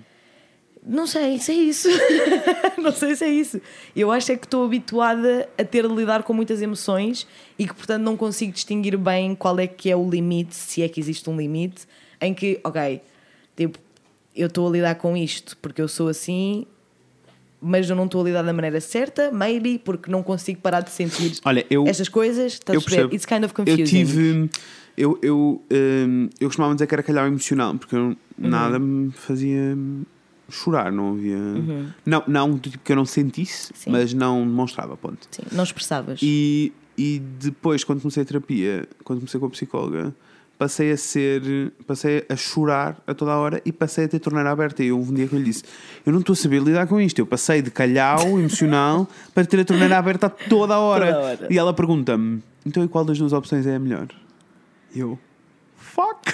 [SPEAKER 2] Não sei se é isso. [LAUGHS] não sei se é isso. Eu acho é que estou habituada a ter de lidar com muitas emoções e que, portanto, não consigo distinguir bem qual é que é o limite, se é que existe um limite, em que, ok, tipo, eu estou a lidar com isto porque eu sou assim, mas eu não estou a lidar da maneira certa, maybe, porque não consigo parar de sentir
[SPEAKER 1] Olha, Ah, eu.
[SPEAKER 2] estas coisas. Estás a perceber?
[SPEAKER 1] percebo.
[SPEAKER 2] It's kind of confusing.
[SPEAKER 1] Eu tive. Eu, eu, hum, eu costumava dizer que era calhar emocional, porque
[SPEAKER 2] Uhum.
[SPEAKER 1] eu- nada me fazia chorar, não havia. Não, não do tipo que eu não sentisse,
[SPEAKER 2] Uhum. Sim.
[SPEAKER 1] mas não demonstrava, ponto.
[SPEAKER 2] Sim, não expressavas.
[SPEAKER 1] E, e depois, quando comecei a terapia, quando comecei com a psicóloga, passei a ser, passei a chorar a toda a hora e passei a ter torneira aberta. E houve um dia que eu lhe disse: Eu não estou a saber lidar com isto. Eu passei de calhau [LAUGHS] emocional para ter a torneira aberta a toda a hora.
[SPEAKER 2] Toda a hora.
[SPEAKER 1] E ela pergunta-me: Então, e qual das duas opções é a melhor? E eu: Fuck!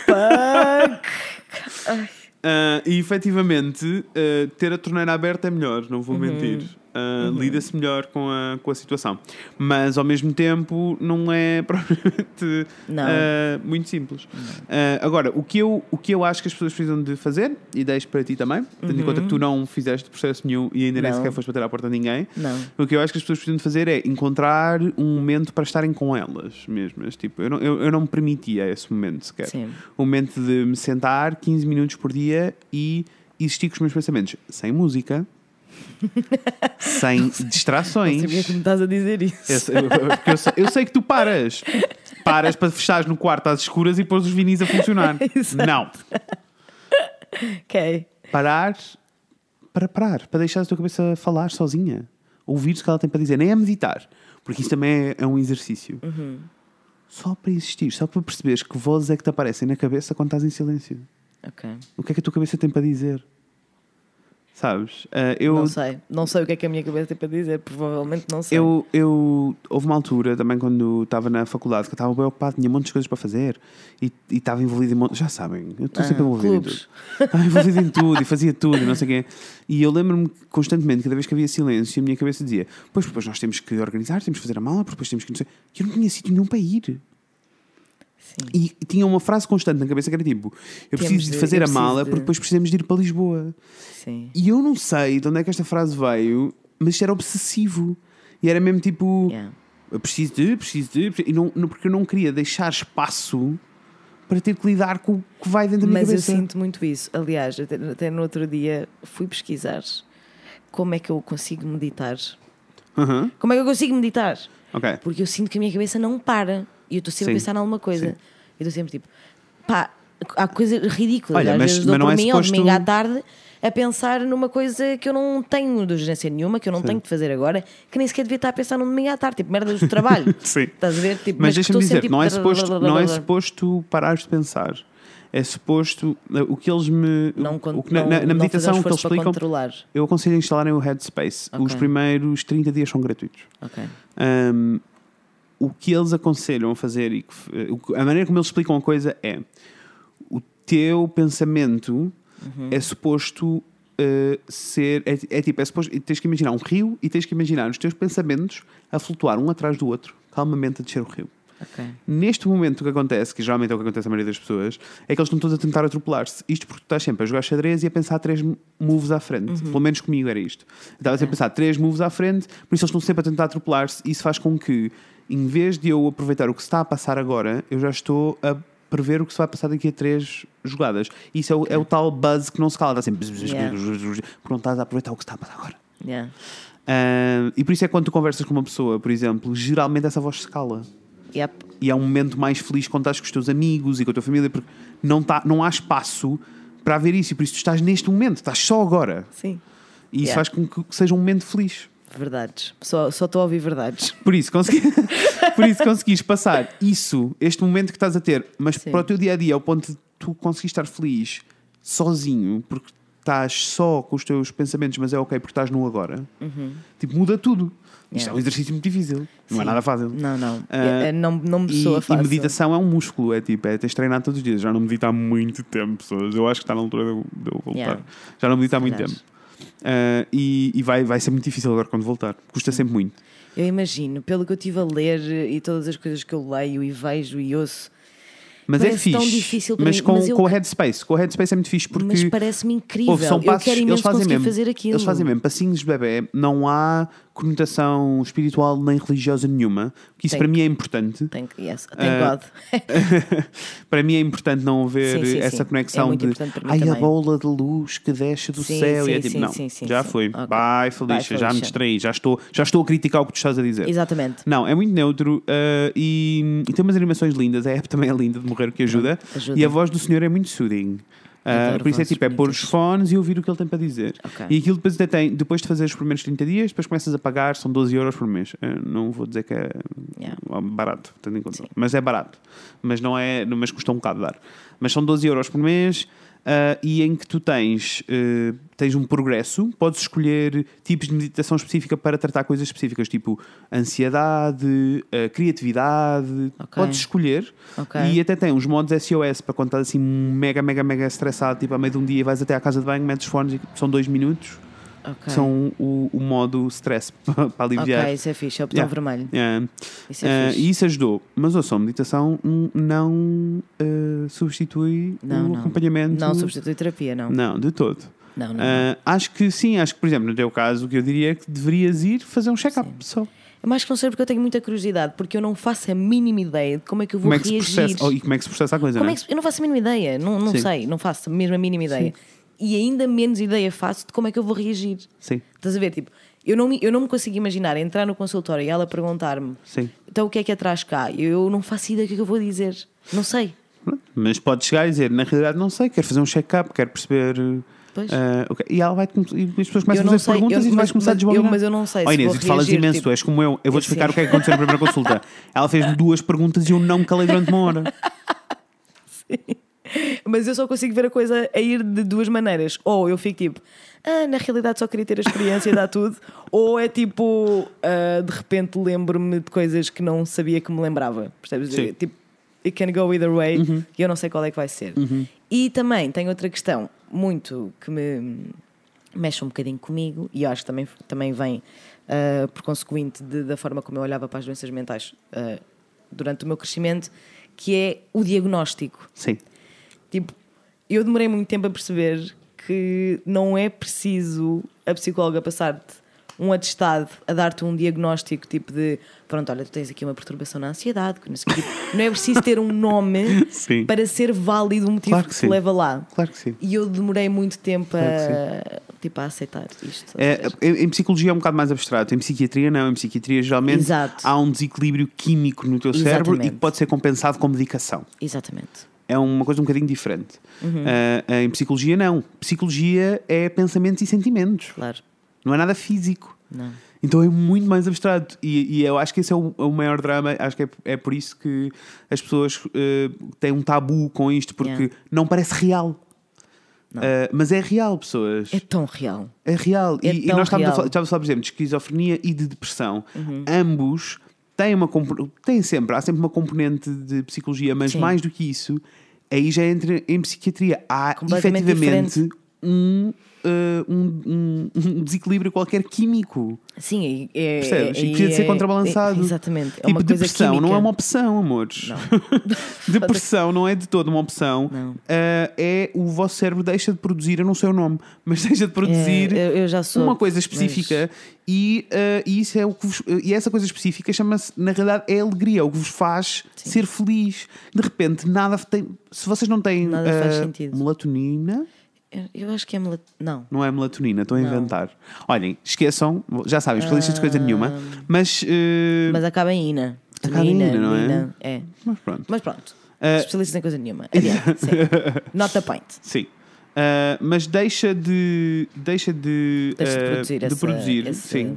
[SPEAKER 1] Ah, e efetivamente, ah, ter a torneira aberta é melhor, não
[SPEAKER 2] Uhum.
[SPEAKER 1] vou mentir. Ah, Lida-se melhor com a, com a situação. Mas ao mesmo tempo, não é [LAUGHS] propriamente
[SPEAKER 2] Não.
[SPEAKER 1] ah, muito simples. Ah, agora, o que, eu, o que eu acho que as pessoas precisam de fazer, e deixo para ti também, tendo em conta que tu não fizeste processo nenhum e ainda nem
[SPEAKER 2] Uhum. Não.
[SPEAKER 1] sequer foste bater à porta de ninguém.
[SPEAKER 2] Não.
[SPEAKER 1] O que eu acho que as pessoas precisam de fazer é encontrar um momento para estarem com elas mesmas. Tipo, eu não, eu, eu não me permitia esse momento sequer.
[SPEAKER 2] Sim.
[SPEAKER 1] O momento de me sentar 15 minutos por dia e existir com os meus pensamentos. Sem música,
[SPEAKER 2] [LAUGHS]
[SPEAKER 1] sem distrações.
[SPEAKER 2] Sabia que me estás a dizer isso.
[SPEAKER 1] Eu, sei- eu- eu- porque eu sei, eu sei que tu paras. Paras para fechares no quarto às escuras e pôs os vinis a funcionar.
[SPEAKER 2] [LAUGHS] Exato.
[SPEAKER 1] Não. É.
[SPEAKER 2] Ok.
[SPEAKER 1] Parar para parar, para deixar a tua cabeça falar sozinha. Ouvir o que ela tem para dizer. Nem é meditar, porque isso também é, é um exercício. Só para existir, só para perceberes que vozes é que te aparecem na cabeça quando estás em silêncio.
[SPEAKER 2] Ok.
[SPEAKER 1] O que é que a tua cabeça tem para dizer? Sabes? Ah, eu,
[SPEAKER 2] Não sei. Não sei o que é que a minha cabeça tem para dizer. Provavelmente não sei.
[SPEAKER 1] eu, eu. Houve uma altura também quando estava na faculdade que eu estava bem ocupado, tinha montes de coisas para fazer e e estava envolvido em. mon- Já sabem, eu estou
[SPEAKER 2] Ah,
[SPEAKER 1] sempre envolvido em
[SPEAKER 2] clubes.
[SPEAKER 1] tudo. [LAUGHS] Estava envolvido em tudo e fazia tudo e não sei o quê. E eu lembro-me constantemente, cada vez que havia silêncio, a minha cabeça dizia: Pois, depois nós temos que organizar, temos que fazer a mala, porque depois temos que. Não sei. E eu não tinha sítio nenhum para ir.
[SPEAKER 2] Sim.
[SPEAKER 1] E tinha uma frase constante na cabeça que era tipo: Eu preciso de
[SPEAKER 2] de-
[SPEAKER 1] fazer
[SPEAKER 2] eu
[SPEAKER 1] a mala,
[SPEAKER 2] preciso de-
[SPEAKER 1] porque depois precisamos de ir para Lisboa.
[SPEAKER 2] Sim.
[SPEAKER 1] E eu não sei de onde é que esta frase veio, mas isto era obsessivo. E era mesmo tipo,
[SPEAKER 2] Yeah.
[SPEAKER 1] eu preciso de, preciso de, preciso- e não, não- porque eu não queria deixar espaço para ter que lidar com o que vai dentro da minha
[SPEAKER 2] Mas eu
[SPEAKER 1] cabeça.
[SPEAKER 2] sinto muito isso. Aliás, até, até no outro dia fui pesquisar como é que eu consigo meditar.
[SPEAKER 1] Aham,
[SPEAKER 2] Como é que eu consigo meditar?
[SPEAKER 1] Ok.
[SPEAKER 2] Porque eu sinto que a minha cabeça não para. E eu estou sempre a
[SPEAKER 1] Sim.
[SPEAKER 2] pensar em alguma coisa.
[SPEAKER 1] Sim.
[SPEAKER 2] Eu estou sempre tipo, pá, há coisas ridículas.
[SPEAKER 1] Olha,
[SPEAKER 2] Às
[SPEAKER 1] mas-
[SPEAKER 2] vezes dou
[SPEAKER 1] mas não
[SPEAKER 2] por
[SPEAKER 1] é
[SPEAKER 2] mim, ao
[SPEAKER 1] suposto-
[SPEAKER 2] domingo à tarde, a pensar numa coisa que eu não tenho de urgência nenhuma, que eu não tenho de fazer agora, que nem sequer devia estar a pensar num domingo à tarde, tipo merdas do trabalho.
[SPEAKER 1] [LAUGHS] Sim.
[SPEAKER 2] Estás a ver? Tipo,
[SPEAKER 1] Mas
[SPEAKER 2] que
[SPEAKER 1] deixa-me
[SPEAKER 2] estou sempre,
[SPEAKER 1] dizer,
[SPEAKER 2] tipo,
[SPEAKER 1] não, é suposto, não é
[SPEAKER 2] blablabla.
[SPEAKER 1] suposto parares de pensar. É suposto. O que eles me.
[SPEAKER 2] Não,
[SPEAKER 1] o que
[SPEAKER 2] não,
[SPEAKER 1] na, na- na
[SPEAKER 2] não
[SPEAKER 1] meditação o
[SPEAKER 2] fazer
[SPEAKER 1] que eles
[SPEAKER 2] esforço para
[SPEAKER 1] explicam.
[SPEAKER 2] controlar.
[SPEAKER 1] Eu aconselho a instalarem o Headspace.
[SPEAKER 2] Ok.
[SPEAKER 1] Os primeiros 30 dias são gratuitos.
[SPEAKER 2] Ok.
[SPEAKER 1] Um, o que eles aconselham a fazer e que f- eh, o que- a maneira como eles explicam a coisa é o teu pensamento é suposto uh, ser é, é tipo é suposto tens que imaginar um rio e tens que imaginar os teus pensamentos a flutuar um atrás do outro calmamente a descer o rio
[SPEAKER 2] Ok.
[SPEAKER 1] Neste momento, o que acontece, que geralmente é o que acontece à maioria das pessoas, é que eles estão todos a tentar atropelar-se. Isto porque tu estás sempre a jogar xadrez e a pensar três moves à frente. Pelo menos comigo era isto. Eu estava sempre a pensar três moves à frente, por isso eles estão sempre a tentar atropelar-se. Isso faz com que, em vez de eu aproveitar o que se está a passar agora, eu já estou a prever o que se vai passar daqui a três jogadas. Isso é o, é o tal buzz que não se cala, está sempre.
[SPEAKER 2] Yeah.
[SPEAKER 1] Porque não estás a aproveitar o que se está a passar agora.
[SPEAKER 2] Yeah.
[SPEAKER 1] Ah, e por isso é que quando tu conversas com uma pessoa, por exemplo, geralmente essa voz se cala
[SPEAKER 2] Yep.
[SPEAKER 1] e é um momento mais feliz quando estás com os teus amigos e com a tua família, porque não, tá, não há espaço para haver isso, e por isso tu estás neste momento, estás só agora.
[SPEAKER 2] Sim.
[SPEAKER 1] E isso
[SPEAKER 2] Yeah.
[SPEAKER 1] faz com que que seja um momento feliz.
[SPEAKER 2] Verdades. Só só estou a ouvir verdades.
[SPEAKER 1] Por isso, consegui... [LAUGHS] por isso conseguis passar isso, este momento que estás a ter, mas
[SPEAKER 2] Sim.
[SPEAKER 1] para o teu dia a dia, ao ponto de tu conseguir estar feliz sozinho, porque estás só com os teus pensamentos, mas é ok porque estás no agora. Tipo, muda tudo. Isto é
[SPEAKER 2] Uhum. Yeah.
[SPEAKER 1] um exercício muito difícil, não é
[SPEAKER 2] Sim.
[SPEAKER 1] nada fácil.
[SPEAKER 2] Não, não.
[SPEAKER 1] Ah,
[SPEAKER 2] É- é- não, não me
[SPEAKER 1] E,
[SPEAKER 2] soa
[SPEAKER 1] e
[SPEAKER 2] fácil.
[SPEAKER 1] meditação é um músculo, é tipo, é tens de treinar todos os dias. Já não medito há muito tempo, pessoas. Eu acho que está na altura de eu, de eu voltar.
[SPEAKER 2] Yeah.
[SPEAKER 1] Já não medito há muito
[SPEAKER 2] Calhar.
[SPEAKER 1] tempo. Ah, e e vai, vai ser muito difícil agora quando voltar. Custa sempre muito.
[SPEAKER 2] Eu imagino, pelo que eu estive a ler e todas as coisas que eu leio e vejo e ouço,
[SPEAKER 1] Mas é
[SPEAKER 2] Parece
[SPEAKER 1] fixe.
[SPEAKER 2] tão difícil para
[SPEAKER 1] mas
[SPEAKER 2] mim,
[SPEAKER 1] com,
[SPEAKER 2] mas eu-
[SPEAKER 1] com o headspace. Com o headspace é muito fixe porque.
[SPEAKER 2] mas parece-me incrível.
[SPEAKER 1] Ouve, são passos,
[SPEAKER 2] eu quero
[SPEAKER 1] eles
[SPEAKER 2] imenso
[SPEAKER 1] fazem
[SPEAKER 2] conseguir
[SPEAKER 1] mesmo,
[SPEAKER 2] fazer aquilo.
[SPEAKER 1] Eles fazem mesmo passinhos de bebê, não há conotação espiritual nem religiosa nenhuma, que isso
[SPEAKER 2] Tem
[SPEAKER 1] para
[SPEAKER 2] que-
[SPEAKER 1] mim é importante.
[SPEAKER 2] Thank, yes, thank
[SPEAKER 1] Ah,
[SPEAKER 2] God.
[SPEAKER 1] [LAUGHS] para mim é importante não haver
[SPEAKER 2] Sim, sim,
[SPEAKER 1] essa
[SPEAKER 2] sim. É
[SPEAKER 1] conexão
[SPEAKER 2] muito
[SPEAKER 1] de
[SPEAKER 2] importante para mim
[SPEAKER 1] ai a
[SPEAKER 2] também."
[SPEAKER 1] bola de luz que desce do
[SPEAKER 2] Sim,
[SPEAKER 1] céu e é
[SPEAKER 2] sim,
[SPEAKER 1] tipo,
[SPEAKER 2] sim,
[SPEAKER 1] não,
[SPEAKER 2] sim, sim,
[SPEAKER 1] já
[SPEAKER 2] sim.
[SPEAKER 1] foi,
[SPEAKER 2] Ok.
[SPEAKER 1] bye Felicia,
[SPEAKER 2] Bye,
[SPEAKER 1] já me
[SPEAKER 2] Felicia.
[SPEAKER 1] distraí, já estou, já estou a criticar o que tu estás a dizer.
[SPEAKER 2] Exatamente.
[SPEAKER 1] Não, é muito neutro uh, e, e tem umas animações lindas, a app também é linda de morrer que ajuda,
[SPEAKER 2] ajuda.
[SPEAKER 1] e a voz do senhor é muito soothing. Ah,
[SPEAKER 2] Adoro
[SPEAKER 1] por isso é
[SPEAKER 2] vozes
[SPEAKER 1] tipo, é pôr os
[SPEAKER 2] bonitas.
[SPEAKER 1] fones e ouvir o que ele tem para dizer.
[SPEAKER 2] Ok.
[SPEAKER 1] E aquilo depois até tem, depois de fazer os primeiros 30 dias, depois começas a pagar, são 12 euros por mês. Ah, não vou dizer que é
[SPEAKER 2] Yeah.
[SPEAKER 1] barato, tendo em conta.
[SPEAKER 2] Sim.
[SPEAKER 1] Mas é barato. Mas não é, mas custa um bocado dar. Mas são 12 euros por mês. ah, e em que tu tens, ah, tens um progresso, podes escolher tipos de meditação específica para tratar coisas específicas, tipo ansiedade, ah, criatividade,
[SPEAKER 2] Ok.
[SPEAKER 1] podes escolher
[SPEAKER 2] Ok.
[SPEAKER 1] e até tem uns modos SOS para quando estás assim mega, mega, mega estressado, tipo a meio de um dia vais até à casa de banho, metes os fones e são dois minutos,
[SPEAKER 2] Ok.
[SPEAKER 1] que são o, o modo stress [LAUGHS] para aliviar.
[SPEAKER 2] Ok, isso é fixe, é o botão
[SPEAKER 1] Yeah.
[SPEAKER 2] vermelho.
[SPEAKER 1] Yeah.
[SPEAKER 2] Isso é
[SPEAKER 1] Ah,
[SPEAKER 2] fixe.
[SPEAKER 1] e isso ajudou, mas ouçam, a meditação hum, não ah, substitui
[SPEAKER 2] Não,
[SPEAKER 1] o
[SPEAKER 2] não.
[SPEAKER 1] acompanhamento.
[SPEAKER 2] Não substitui terapia, não.
[SPEAKER 1] Não, de todo.
[SPEAKER 2] Não, não.
[SPEAKER 1] Ah, acho que sim, acho que, por exemplo, no teu caso, o que eu diria é que deverias ir fazer um check-up só.
[SPEAKER 2] É mais que não sei porque eu tenho muita curiosidade, porque eu não faço a mínima ideia de como é que eu vou
[SPEAKER 1] Como é que se
[SPEAKER 2] reagir.
[SPEAKER 1] processa? Oh, e como é que se processa a coisa,
[SPEAKER 2] Como
[SPEAKER 1] não
[SPEAKER 2] é que se- Eu não faço a mínima ideia, não, não
[SPEAKER 1] Sim.
[SPEAKER 2] sei, não faço mesmo a mínima ideia. E ainda menos ideia faço de como é que eu vou reagir.
[SPEAKER 1] Sim,
[SPEAKER 2] Estás a ver? Tipo, eu não, me- eu não me consigo imaginar entrar no consultório e ela perguntar-me
[SPEAKER 1] sim.
[SPEAKER 2] então o que é que atrás cá? Eu não faço ideia do que é que eu vou dizer. Não sei.
[SPEAKER 1] Pronto, Mas pode chegar e dizer, na realidade não sei, quero fazer um check-up, quero perceber.
[SPEAKER 2] Pois.
[SPEAKER 1] ah, o quê." E ela vai e as pessoas começam a
[SPEAKER 2] não
[SPEAKER 1] fazer
[SPEAKER 2] sei,
[SPEAKER 1] perguntas
[SPEAKER 2] eu-
[SPEAKER 1] e tu vais
[SPEAKER 2] mas-
[SPEAKER 1] começar a
[SPEAKER 2] mas eu-
[SPEAKER 1] desbloquear.
[SPEAKER 2] mas eu não sei se
[SPEAKER 1] Oh, Inês,
[SPEAKER 2] vou
[SPEAKER 1] e tu falas
[SPEAKER 2] reagir,
[SPEAKER 1] imenso,
[SPEAKER 2] tipo-
[SPEAKER 1] tu
[SPEAKER 2] assim.
[SPEAKER 1] és como eu. Eu vou-te
[SPEAKER 2] Sim.
[SPEAKER 1] explicar o que é que aconteceu na primeira consulta. Ela fez-me duas perguntas e eu não me calei durante uma hora.
[SPEAKER 2] [LAUGHS] Mas eu só consigo ver a coisa a ir de duas maneiras. Ou eu fico tipo, ah, na realidade só queria ter a experiência e dar tudo. Ou é tipo, ah, de repente lembro-me de coisas que não sabia que me lembrava. Percebes?
[SPEAKER 1] Sim.
[SPEAKER 2] Tipo, it can go either way e eu não sei qual é que vai ser. E também tem outra questão muito que me mexe um bocadinho comigo e eu acho que também, também vem ah, por consequente de- da forma como eu olhava para as doenças mentais ah, durante o meu crescimento, que é o diagnóstico.
[SPEAKER 1] Sim,
[SPEAKER 2] Tipo, eu demorei muito tempo a perceber que não é preciso a psicóloga passar-te um atestado a dar-te um diagnóstico tipo de pronto, olha, tu tens aqui uma perturbação na ansiedade, que não, sei o quê. Tipo, não é preciso ter um nome
[SPEAKER 1] [LAUGHS] Sim.
[SPEAKER 2] para ser válido o motivo
[SPEAKER 1] Claro que
[SPEAKER 2] que, te
[SPEAKER 1] sim.
[SPEAKER 2] leva lá.
[SPEAKER 1] claro que sim.
[SPEAKER 2] E eu demorei muito tempo
[SPEAKER 1] Claro
[SPEAKER 2] a, tipo, a aceitar isto. ou
[SPEAKER 1] É,
[SPEAKER 2] seja,
[SPEAKER 1] em, em psicologia é um bocado mais abstrato, em psiquiatria não, em psiquiatria geralmente
[SPEAKER 2] Exato.
[SPEAKER 1] há um desequilíbrio químico no teu cérebro e
[SPEAKER 2] Exatamente.
[SPEAKER 1] que pode ser compensado com medicação.
[SPEAKER 2] Exatamente.
[SPEAKER 1] É uma coisa um bocadinho diferente.
[SPEAKER 2] Uhum.
[SPEAKER 1] Ah, em psicologia, não. Psicologia é pensamentos e sentimentos.
[SPEAKER 2] Claro.
[SPEAKER 1] Não é nada físico.
[SPEAKER 2] Não.
[SPEAKER 1] Então é muito mais abstrato. E, e eu acho que esse é o, é o maior drama. Acho que é, é por isso que as pessoas eh, têm um tabu com isto, porque
[SPEAKER 2] Yeah.
[SPEAKER 1] não parece real. Eh, mas é real, pessoas.
[SPEAKER 2] É tão real.
[SPEAKER 1] É real.
[SPEAKER 2] É
[SPEAKER 1] e, e
[SPEAKER 2] tão
[SPEAKER 1] nós estávamos a,
[SPEAKER 2] real. Uhum.
[SPEAKER 1] falar, estávamos a falar, por exemplo, de esquizofrenia e de depressão. Ambos têm uma compo- têm sempre, há sempre uma componente de psicologia, mas
[SPEAKER 2] Sim.
[SPEAKER 1] mais do que isso, aí já entra em psiquiatria. Há
[SPEAKER 2] Completamente
[SPEAKER 1] efetivamente um, eh, um- um- um desequilíbrio qualquer químico.
[SPEAKER 2] Sim, é. é-
[SPEAKER 1] Percebes? e
[SPEAKER 2] é-
[SPEAKER 1] precisa de ser
[SPEAKER 2] é-
[SPEAKER 1] contrabalançado.
[SPEAKER 2] é- exatamente. É
[SPEAKER 1] tipo,
[SPEAKER 2] uma coisa
[SPEAKER 1] depressão não é
[SPEAKER 2] química.
[SPEAKER 1] uma opção, amores. [LAUGHS] depressão não é de todo uma opção.
[SPEAKER 2] Não.
[SPEAKER 1] Ah, é o vosso cérebro deixa de produzir, eu não sei o nome, mas [LAUGHS] deixa de produzir
[SPEAKER 2] É, eu- eu já soube,
[SPEAKER 1] uma coisa
[SPEAKER 2] mas-
[SPEAKER 1] específica e, ah, e isso é o que vos- e essa coisa específica chama-se, na realidade, é alegria, é o que vos faz ser feliz. De repente, nada tem. Se vocês não têm
[SPEAKER 2] Nada faz
[SPEAKER 1] ah,
[SPEAKER 2] sentido.
[SPEAKER 1] melatonina,
[SPEAKER 2] Eu- Eu acho que é. mela- Não.
[SPEAKER 1] não é melatonina, estou a inventar. Olhem, esqueçam, já sabem, especialistas de coisa nenhuma, mas. eh,
[SPEAKER 2] Ah. Mas acaba em Ina.
[SPEAKER 1] Acaba em
[SPEAKER 2] Ina,
[SPEAKER 1] ina, não é?
[SPEAKER 2] Nina, é?
[SPEAKER 1] mas pronto.
[SPEAKER 2] Mas pronto.
[SPEAKER 1] Eh,
[SPEAKER 2] Especialistas em coisa nenhuma.
[SPEAKER 1] [LAUGHS]
[SPEAKER 2] Adiante. sim. Not the point.
[SPEAKER 1] Sim. Ah, mas deixa de. Deixa de.
[SPEAKER 2] Deixa de
[SPEAKER 1] ah,
[SPEAKER 2] produzir
[SPEAKER 1] de
[SPEAKER 2] essa.
[SPEAKER 1] produzir,
[SPEAKER 2] esse-
[SPEAKER 1] sim.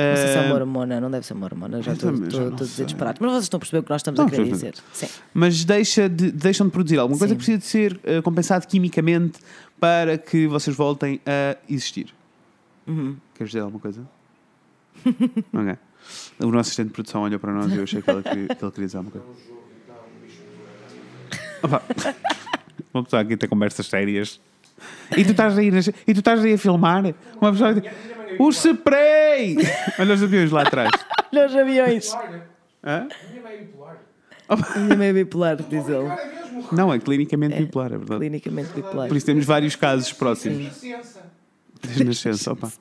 [SPEAKER 2] Não sei se é
[SPEAKER 1] Ah,
[SPEAKER 2] uma hormona, não deve ser uma hormona, já
[SPEAKER 1] Eu
[SPEAKER 2] estou
[SPEAKER 1] também já
[SPEAKER 2] estou-
[SPEAKER 1] não
[SPEAKER 2] estou a dizer
[SPEAKER 1] sei.
[SPEAKER 2] disparate. Mas vocês estão a perceber o que nós estamos
[SPEAKER 1] Não,
[SPEAKER 2] a querer
[SPEAKER 1] estou a
[SPEAKER 2] dizer. Sim. [LAUGHS]
[SPEAKER 1] mas deixa de, deixam de produzir alguma coisa
[SPEAKER 2] Sim.
[SPEAKER 1] que precisa de ser ah, compensado quimicamente para que vocês voltem a existir. Queres dizer alguma coisa? [LAUGHS] ok. O nosso assistente de produção olhou para nós e eu achei que, ela queria- que ele queria dizer alguma coisa. Opa. Uma pessoa aqui tem conversas sérias. E tu estás aí, nas- e tu estás aí a filmar? Uma pessoa. O spray! Olha os aviões lá atrás.
[SPEAKER 2] Olha os aviões.
[SPEAKER 1] Hã?
[SPEAKER 2] Ainda meio é bipolar,
[SPEAKER 1] [LAUGHS]
[SPEAKER 2] diz ele.
[SPEAKER 1] Não, é clinicamente bipolar, é verdade.
[SPEAKER 2] Clinicamente bipolar.
[SPEAKER 1] Por isso temos vários casos próximos. Desde nascença, opa.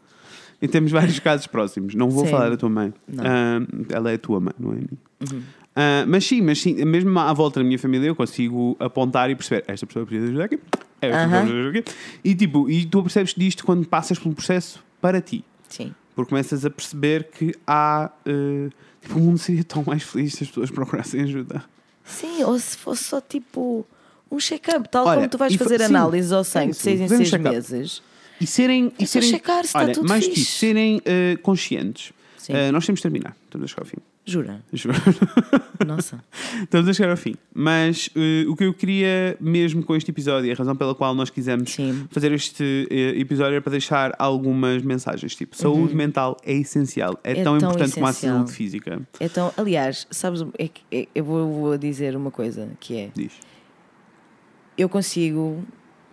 [SPEAKER 1] E temos vários casos próximos. Não vou
[SPEAKER 2] Sim.
[SPEAKER 1] falar da tua mãe.
[SPEAKER 2] Não. Uhum.
[SPEAKER 1] Ah, ela é a tua mãe, não é a minha. Ah, mas sim, mas sim, mesmo à volta da minha família eu consigo apontar e perceber esta pessoa precisa de ajuda aqui, esta pessoa
[SPEAKER 2] Aham.
[SPEAKER 1] precisa de ajuda aqui. E tipo, e tu percebes disto quando passas pelo processo para ti.
[SPEAKER 2] Sim.
[SPEAKER 1] Porque começas a perceber que há. eh, tipo, o mundo seria tão mais feliz se as pessoas procurassem ajuda.
[SPEAKER 2] Sim, ou se fosse só tipo Um check-up, tal
[SPEAKER 1] Olha,
[SPEAKER 2] como tu vais
[SPEAKER 1] e fa-
[SPEAKER 2] fazer
[SPEAKER 1] sim,
[SPEAKER 2] análise ao sangue de
[SPEAKER 1] isso,
[SPEAKER 2] 6 em
[SPEAKER 1] fazer um
[SPEAKER 2] 6
[SPEAKER 1] check-up.
[SPEAKER 2] meses.
[SPEAKER 1] E serem. E
[SPEAKER 2] É só
[SPEAKER 1] serem
[SPEAKER 2] checar se está
[SPEAKER 1] olha,
[SPEAKER 2] tudo
[SPEAKER 1] mais que
[SPEAKER 2] fixe.
[SPEAKER 1] isso, serem eh, conscientes.
[SPEAKER 2] Sim.
[SPEAKER 1] Eh, nós temos de terminar. Estamos a chegar ao fim. [LAUGHS]
[SPEAKER 2] Jura?
[SPEAKER 1] Juro. [LAUGHS]
[SPEAKER 2] Nossa.
[SPEAKER 1] Estamos a chegar ao fim. Mas eh, o que eu queria mesmo com este episódio, e a razão pela qual nós quisemos
[SPEAKER 2] Sim.
[SPEAKER 1] fazer este eh, episódio era para deixar algumas mensagens. Tipo, saúde mental é essencial. É,
[SPEAKER 2] Uhum. É
[SPEAKER 1] tão,
[SPEAKER 2] tão
[SPEAKER 1] importante como a
[SPEAKER 2] essencial.
[SPEAKER 1] saúde física.
[SPEAKER 2] Então, aliás, sabes, é que- é- eu vou, vou dizer uma coisa que é:
[SPEAKER 1] Diz.
[SPEAKER 2] eu consigo,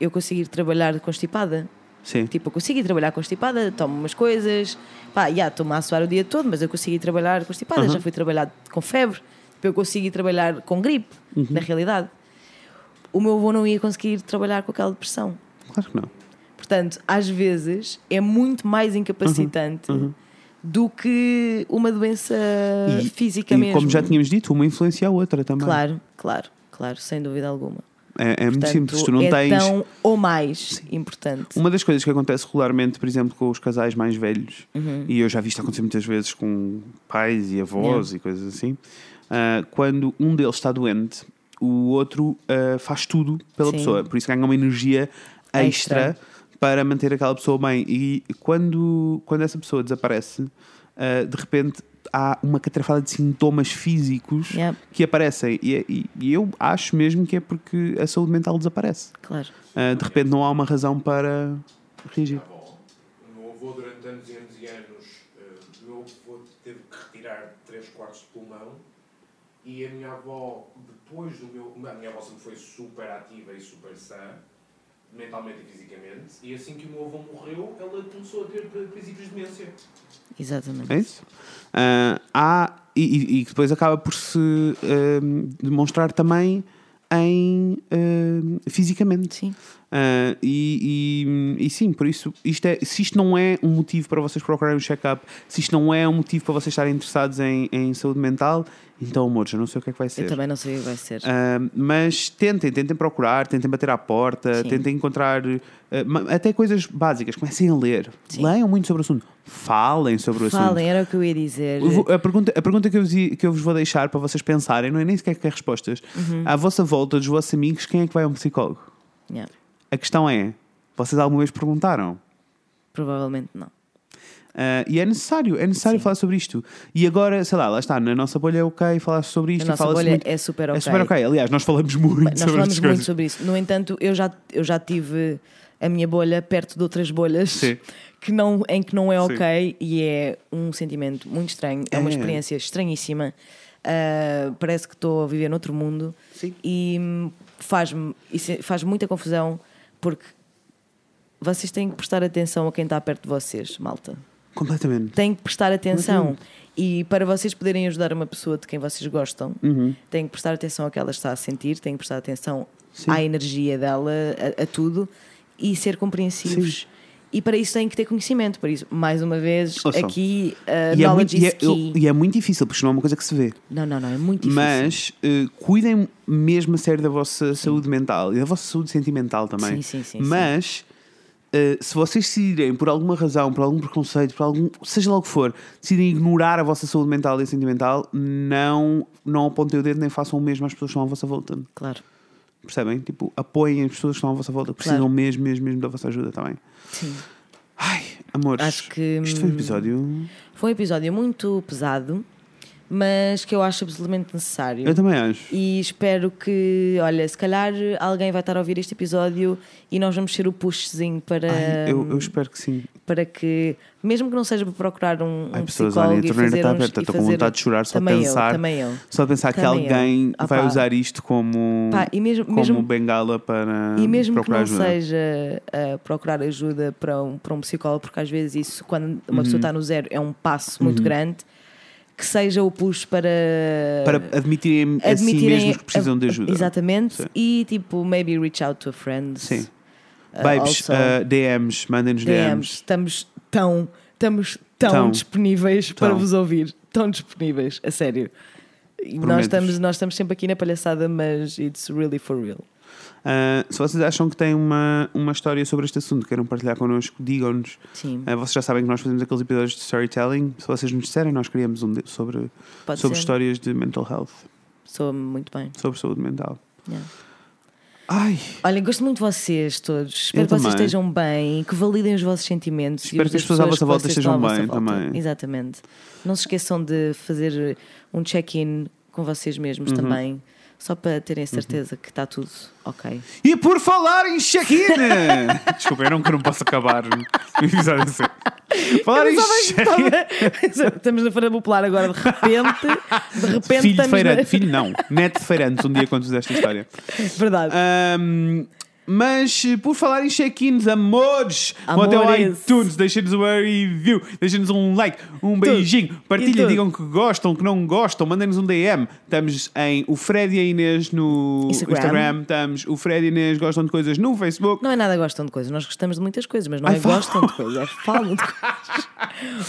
[SPEAKER 2] eu consigo ir trabalhar constipada.
[SPEAKER 1] Sim.
[SPEAKER 2] Tipo, eu consigo ir trabalhar constipada, tomo umas coisas, pá, já estou-me a suar o dia todo, mas eu consigo ir trabalhar constipada, já fui trabalhar com febre, tipo, eu consigo ir trabalhar com gripe,
[SPEAKER 1] Uhum.
[SPEAKER 2] na realidade. O meu avô não ia conseguir trabalhar com aquela depressão.
[SPEAKER 1] Claro que não.
[SPEAKER 2] Portanto, às vezes é muito mais incapacitante
[SPEAKER 1] Uhum.
[SPEAKER 2] do que uma doença
[SPEAKER 1] E-
[SPEAKER 2] física
[SPEAKER 1] e
[SPEAKER 2] mesmo.
[SPEAKER 1] como já tínhamos dito, uma influencia a outra também.
[SPEAKER 2] Claro, claro, claro, sem dúvida alguma.
[SPEAKER 1] É, é muito
[SPEAKER 2] Portanto,
[SPEAKER 1] simples. Tu não
[SPEAKER 2] é
[SPEAKER 1] tens. Um
[SPEAKER 2] tão ou mais importante.
[SPEAKER 1] Uma das coisas que acontece regularmente, por exemplo, com os casais mais velhos,
[SPEAKER 2] Uhum.
[SPEAKER 1] e eu já vi isto acontecer muitas vezes com pais e avós e coisas assim, ah, quando um deles está doente, o outro ah, faz tudo pela
[SPEAKER 2] Sim.
[SPEAKER 1] pessoa, por isso ganha uma energia extra,
[SPEAKER 2] Extra.
[SPEAKER 1] para manter aquela pessoa bem. E quando, quando essa pessoa desaparece, ah, de repente há uma catrafada de sintomas físicos
[SPEAKER 2] Yeah.
[SPEAKER 1] que aparecem, e- é, e- e eu acho mesmo que é porque a saúde mental desaparece.
[SPEAKER 2] Claro.
[SPEAKER 1] Ah, de repente não há uma razão para reagir.
[SPEAKER 4] Tá Bom, o meu avô durante anos e anos e anos, eh, o meu avô teve que retirar 3 quartos de pulmão e a minha avó, depois do meu. A minha avó sempre foi super ativa e super sã, mentalmente e fisicamente, e assim que o meu avô morreu, ela começou a ter eh, princípios de demência.
[SPEAKER 2] Exatamente.
[SPEAKER 1] É isso? Ah, há, e, e- e depois acaba por se ahm, demonstrar também em ahm, fisicamente.
[SPEAKER 2] Sim.
[SPEAKER 1] Ah, e, e- e sim, por isso, isto é, se isto não é um motivo para vocês procurarem um check-up, se isto não é um motivo para vocês estarem interessados em, em saúde mental, então, amores, eu não sei o que é que vai ser.
[SPEAKER 2] Eu também não sei o que vai ser.
[SPEAKER 1] Ahm, mas tentem, tentem procurar, tentem bater à porta,
[SPEAKER 2] Sim.
[SPEAKER 1] tentem encontrar ah, ma- até coisas básicas. Comecem a ler, leiam muito sobre o assunto, falem sobre o assunto.
[SPEAKER 2] Falem, era o que eu ia dizer.
[SPEAKER 1] Eu vou- A pergunta, a pergunta que, eu vos, i- que eu vos vou deixar para vocês pensarem não é nem sequer que é respostas.
[SPEAKER 2] Uhum.
[SPEAKER 1] À vossa volta, dos vossos amigos, quem é que vai a um psicólogo?
[SPEAKER 2] Yeah,
[SPEAKER 1] A questão é: vocês alguma vez perguntaram?
[SPEAKER 2] Provavelmente não.
[SPEAKER 1] Ah, e é necessário, é necessário falar sobre isto. E agora, sei lá, lá está, na nossa bolha é ok falar sobre
[SPEAKER 2] A
[SPEAKER 1] isto e
[SPEAKER 2] nossa
[SPEAKER 1] fala-se
[SPEAKER 2] bolha
[SPEAKER 1] muito.
[SPEAKER 2] é super ok.
[SPEAKER 1] É super ok. Aliás, nós falamos muito
[SPEAKER 2] Nós
[SPEAKER 1] sobre
[SPEAKER 2] falamos
[SPEAKER 1] estas
[SPEAKER 2] muito
[SPEAKER 1] coisas.
[SPEAKER 2] sobre isso. No entanto, eu já, eu já tive a minha bolha perto de outras bolhas
[SPEAKER 1] Sim.
[SPEAKER 2] que não, em que não é
[SPEAKER 1] Sim.
[SPEAKER 2] ok e é um sentimento muito estranho. É, uma
[SPEAKER 1] É.
[SPEAKER 2] experiência estranhíssima. Ah, parece que estou a viver noutro mundo
[SPEAKER 1] Sim.
[SPEAKER 2] e hum, faz-me isso faz muita confusão porque vocês têm que prestar atenção a quem está perto de vocês, malta.
[SPEAKER 1] Completamente.
[SPEAKER 2] têm que prestar
[SPEAKER 1] Uhum.
[SPEAKER 2] atenção. E para vocês poderem ajudar uma pessoa de quem vocês gostam,
[SPEAKER 1] Uhum.
[SPEAKER 2] têm que prestar atenção ao que ela está a sentir, têm que prestar atenção à energia dela, a, a tudo, e ser compreensivos. E para isso têm que ter conhecimento. Por isso, mais uma vez,
[SPEAKER 1] Ouçam.
[SPEAKER 2] aqui, uh,
[SPEAKER 1] E é, muito,
[SPEAKER 2] knowledge
[SPEAKER 1] e,
[SPEAKER 2] is
[SPEAKER 1] é,
[SPEAKER 2] key.
[SPEAKER 1] eu- e é muito difícil, porque isto não é uma coisa que se vê.
[SPEAKER 2] Não, não, não, é muito difícil.
[SPEAKER 1] Mas eh, cuidem mesmo a sério da vossa saúde mental e da vossa saúde sentimental também.
[SPEAKER 2] Sim, sim, sim,
[SPEAKER 1] Mas eh, se vocês decidirem, por alguma razão, por algum preconceito, por algum, seja lá o que for, decidirem ignorar a vossa saúde mental e sentimental, não, não apontem o dedo nem façam o mesmo às pessoas que estão à vossa volta.
[SPEAKER 2] Claro.
[SPEAKER 1] Percebem? Tipo, apoiem as pessoas que estão à vossa volta, que precisam
[SPEAKER 2] Claro.
[SPEAKER 1] mesmo, mesmo, mesmo da vossa ajuda também.
[SPEAKER 2] Sim.
[SPEAKER 1] Ai, amores,
[SPEAKER 2] Acho que,
[SPEAKER 1] isto foi um
[SPEAKER 2] hum,
[SPEAKER 1] episódio.
[SPEAKER 2] Foi um episódio muito pesado, mas que eu acho absolutamente necessário.
[SPEAKER 1] Eu também acho.
[SPEAKER 2] E espero que, olha, se calhar alguém vai estar a ouvir este episódio e nós vamos ser o pushzinho para,
[SPEAKER 1] Ai, eu, eu espero que sim.
[SPEAKER 2] para que, mesmo que não seja para procurar um,
[SPEAKER 1] Ai,
[SPEAKER 2] um
[SPEAKER 1] pessoas,
[SPEAKER 2] psicólogo
[SPEAKER 1] olha, a
[SPEAKER 2] e
[SPEAKER 1] torneira
[SPEAKER 2] fazer
[SPEAKER 1] está
[SPEAKER 2] uns-
[SPEAKER 1] aberta,
[SPEAKER 2] e
[SPEAKER 1] estou com
[SPEAKER 2] fazer-
[SPEAKER 1] vontade de chorar só de
[SPEAKER 2] também eu,
[SPEAKER 1] pensar.
[SPEAKER 2] também eu.
[SPEAKER 1] Só de pensar que
[SPEAKER 2] Também eu.
[SPEAKER 1] alguém
[SPEAKER 2] Ah,
[SPEAKER 1] vai
[SPEAKER 2] pá.
[SPEAKER 1] usar isto como,
[SPEAKER 2] Pá, e mesmo-
[SPEAKER 1] como
[SPEAKER 2] mesmo-
[SPEAKER 1] bengala para
[SPEAKER 2] E mesmo que não
[SPEAKER 1] procurar ajuda.
[SPEAKER 2] seja uh, procurar ajuda para um, para um psicólogo, porque às vezes isso, quando uma
[SPEAKER 1] Uhum.
[SPEAKER 2] pessoa está no zero, é um passo muito grande, que seja o push para.
[SPEAKER 1] Para admitirem a si
[SPEAKER 2] admitirem
[SPEAKER 1] mesmos É assim que precisam de ajuda.
[SPEAKER 2] Exatamente.
[SPEAKER 1] Sim.
[SPEAKER 2] E tipo, maybe reach out to a friend.
[SPEAKER 1] Sim.
[SPEAKER 2] Uh,
[SPEAKER 1] Babes,
[SPEAKER 2] also.
[SPEAKER 1] ah, DMs, mandem-nos
[SPEAKER 2] DMs.
[SPEAKER 1] DMs.
[SPEAKER 2] Estamos tão, estamos tão,
[SPEAKER 1] Tão.
[SPEAKER 2] disponíveis para
[SPEAKER 1] Tão.
[SPEAKER 2] vos ouvir. Tão disponíveis, a sério. E Nós
[SPEAKER 1] Prometo-vos.
[SPEAKER 2] estamos, nós estamos sempre aqui na palhaçada, mas it's really for real.
[SPEAKER 1] Ah, se vocês acham que têm uma, uma história sobre este assunto, queiram partilhar connosco, digam-nos.
[SPEAKER 2] Sim.
[SPEAKER 1] Ah, vocês já sabem que nós fazemos aqueles episódios de storytelling. Se vocês nos disserem, nós criamos um de- sobre,
[SPEAKER 2] Pode
[SPEAKER 1] sobre
[SPEAKER 2] ser.
[SPEAKER 1] histórias de mental health,
[SPEAKER 2] Soa-me muito bem.
[SPEAKER 1] sobre saúde mental.
[SPEAKER 2] Yeah.
[SPEAKER 1] Ai,
[SPEAKER 2] Olha, gosto muito de vocês todos. Espero
[SPEAKER 1] Eu
[SPEAKER 2] que vocês
[SPEAKER 1] também.
[SPEAKER 2] estejam bem, que validem os vossos sentimentos. e
[SPEAKER 1] Espero
[SPEAKER 2] os
[SPEAKER 1] que as
[SPEAKER 2] das
[SPEAKER 1] pessoas à vossa
[SPEAKER 2] que
[SPEAKER 1] volta
[SPEAKER 2] vocês
[SPEAKER 1] estejam
[SPEAKER 2] estão à vossa
[SPEAKER 1] bem
[SPEAKER 2] volta.
[SPEAKER 1] também.
[SPEAKER 2] Exatamente. Não se esqueçam de fazer um check-in com vocês mesmos
[SPEAKER 1] Uhum.
[SPEAKER 2] também, só para terem certeza que está tudo ok.
[SPEAKER 1] E por falar em check-in! [LAUGHS] Desculpa, eu não, que não posso acabar [LAUGHS] o episódio assim. Falar em check-in.
[SPEAKER 2] [LAUGHS] estamos na Feira Popular agora, de repente. De
[SPEAKER 1] Filho
[SPEAKER 2] repente
[SPEAKER 1] de
[SPEAKER 2] estamos
[SPEAKER 1] feirante,
[SPEAKER 2] na...
[SPEAKER 1] filho não, neto de feirantes, um dia conto-vos esta história.
[SPEAKER 2] [LAUGHS] Verdade.
[SPEAKER 1] Ahm, mas eh, por falar em check-ins, amores, vão até o
[SPEAKER 2] Amores.
[SPEAKER 1] iTunes, deixem-nos uma review, deixem-nos um like, um beijinho,
[SPEAKER 2] E
[SPEAKER 1] partilhem,
[SPEAKER 2] tudo.
[SPEAKER 1] digam que gostam, que não gostam, mandem-nos um DM. Estamos em o Fred e a Inês no
[SPEAKER 2] Instagram.
[SPEAKER 1] Instagram, estamos o Fred e a Inês gostam de coisas no Facebook.
[SPEAKER 2] Não é nada gostam de coisas, nós gostamos de muitas coisas, mas não
[SPEAKER 1] Ai,
[SPEAKER 2] é
[SPEAKER 1] fala.
[SPEAKER 2] gostam de coisas, é
[SPEAKER 1] [LAUGHS]
[SPEAKER 2] falam de coisas.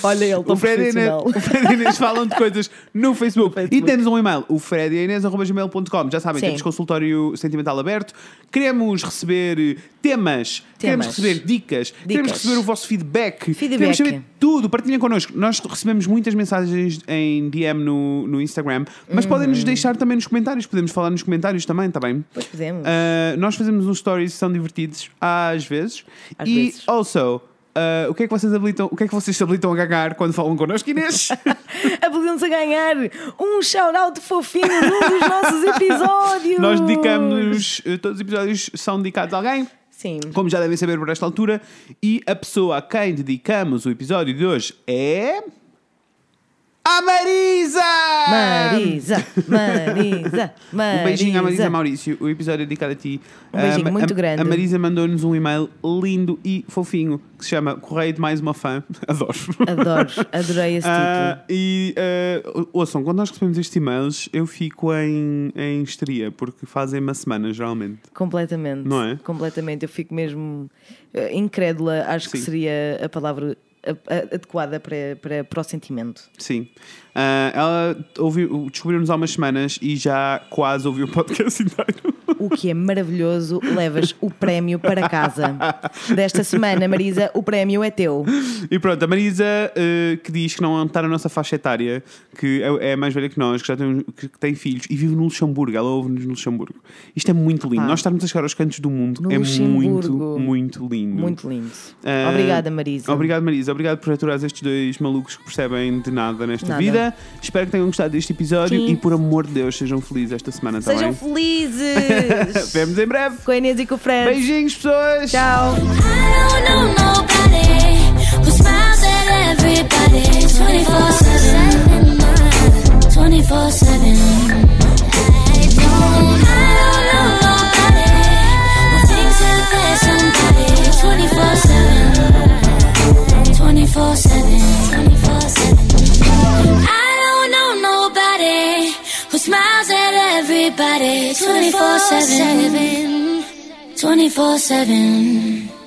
[SPEAKER 2] Olha ele,
[SPEAKER 1] O
[SPEAKER 2] tão
[SPEAKER 1] Fred, e a Inês,
[SPEAKER 2] profissional.
[SPEAKER 1] o Fred e a Inês falam de coisas no Facebook.
[SPEAKER 2] Facebook.
[SPEAKER 1] E temos um e-mail, o fredinês.gmail.com. Já sabem,
[SPEAKER 2] Sim.
[SPEAKER 1] temos consultório sentimental aberto. Queremos receber eh, temas, queremos
[SPEAKER 2] Temas.
[SPEAKER 1] receber dicas, queremos receber o vosso feedback.
[SPEAKER 2] Feedback.
[SPEAKER 1] Queremos saber tudo. Partilhem connosco. Nós recebemos muitas mensagens em DM no, no Instagram,
[SPEAKER 2] Uhum.
[SPEAKER 1] mas podem nos deixar também nos comentários. Podemos falar nos comentários também, está bem?
[SPEAKER 2] Pois podemos.
[SPEAKER 1] Uh, nós fazemos uns stories que são divertidos às vezes.
[SPEAKER 2] Às
[SPEAKER 1] e
[SPEAKER 2] vezes.
[SPEAKER 1] also, uh, o que é que vocês habilitam, o que é que vocês se habilitam a ganhar quando falam connosco,
[SPEAKER 2] [LAUGHS]
[SPEAKER 1] Inês?
[SPEAKER 2] Apelidamos a ganhar um shout-out fofinho num dos
[SPEAKER 1] [LAUGHS]
[SPEAKER 2] nossos episódios.
[SPEAKER 1] nós dedicamos, uh, todos os episódios são dedicados a alguém.
[SPEAKER 2] Sim.
[SPEAKER 1] Como já devem saber por esta altura, e a pessoa a quem dedicamos o episódio de hoje é. A Marisa! [LAUGHS]
[SPEAKER 2] Marisa, Marisa, Marisa.
[SPEAKER 1] Um beijinho à Marisa Maurício, o episódio é dedicado a ti.
[SPEAKER 2] Um beijinho
[SPEAKER 1] Ah, ma-
[SPEAKER 2] muito
[SPEAKER 1] a-
[SPEAKER 2] grande.
[SPEAKER 1] A Marisa mandou-nos um e-mail lindo e fofinho que se chama Correio de Mais Uma Fã. [LAUGHS] Adoro.
[SPEAKER 2] Adoro, adorei esse
[SPEAKER 1] Ah,
[SPEAKER 2] título.
[SPEAKER 1] e ah, ouçam, quando nós recebemos estes e-mails, eu fico em, em histeria, porque fazem uma semana geralmente.
[SPEAKER 2] Completamente.
[SPEAKER 1] Não é?
[SPEAKER 2] Completamente. Eu fico mesmo eh, incrédula. Acho que
[SPEAKER 1] Sim.
[SPEAKER 2] seria a palavra a- a- adequada para, para, para o sentimento.
[SPEAKER 1] Sim. Ah, ela ouviu- descobriu-nos há umas semanas e já quase ouviu o podcast [LAUGHS] inteiro.
[SPEAKER 2] O que é maravilhoso, levas o prémio
[SPEAKER 1] [LAUGHS]
[SPEAKER 2] para casa. Desta semana, Marisa, o prémio é teu.
[SPEAKER 1] E pronto, a Marisa eh, que diz que não está na nossa faixa etária, que é, é mais velha que nós, que já tem, que tem filhos e vive no Luxemburgo. Ela ouve-nos no Luxemburgo. Isto é muito lindo.
[SPEAKER 2] Pá.
[SPEAKER 1] Nós estarmos a chegar aos cantos do mundo
[SPEAKER 2] Ah. No
[SPEAKER 1] é muito,
[SPEAKER 2] Luxemburgo.
[SPEAKER 1] muito lindo.
[SPEAKER 2] Muito lindo.
[SPEAKER 1] Ah,
[SPEAKER 2] Obrigada, Marisa.
[SPEAKER 1] Obrigado, Marisa. Obrigado por aturar estes dois malucos que percebem de nada nesta
[SPEAKER 2] Nada.
[SPEAKER 1] vida. Espero que tenham gostado deste episódio
[SPEAKER 2] Sim.
[SPEAKER 1] e, por amor de Deus, sejam felizes esta semana
[SPEAKER 2] Sejam
[SPEAKER 1] também.
[SPEAKER 2] felizes!
[SPEAKER 1] [LAUGHS] Vemos em breve.
[SPEAKER 2] com a Inês e com o Fred.
[SPEAKER 1] Beijinhos, pessoas.
[SPEAKER 2] Tchau!
[SPEAKER 5] I don't know nobody who smiles at everybody 24-7 24-7 I don't I don't know nobody who thinks that there's somebody 24-7 24-7 24-7 I don't know nobody who smiles at everybody 24 7. 24 7.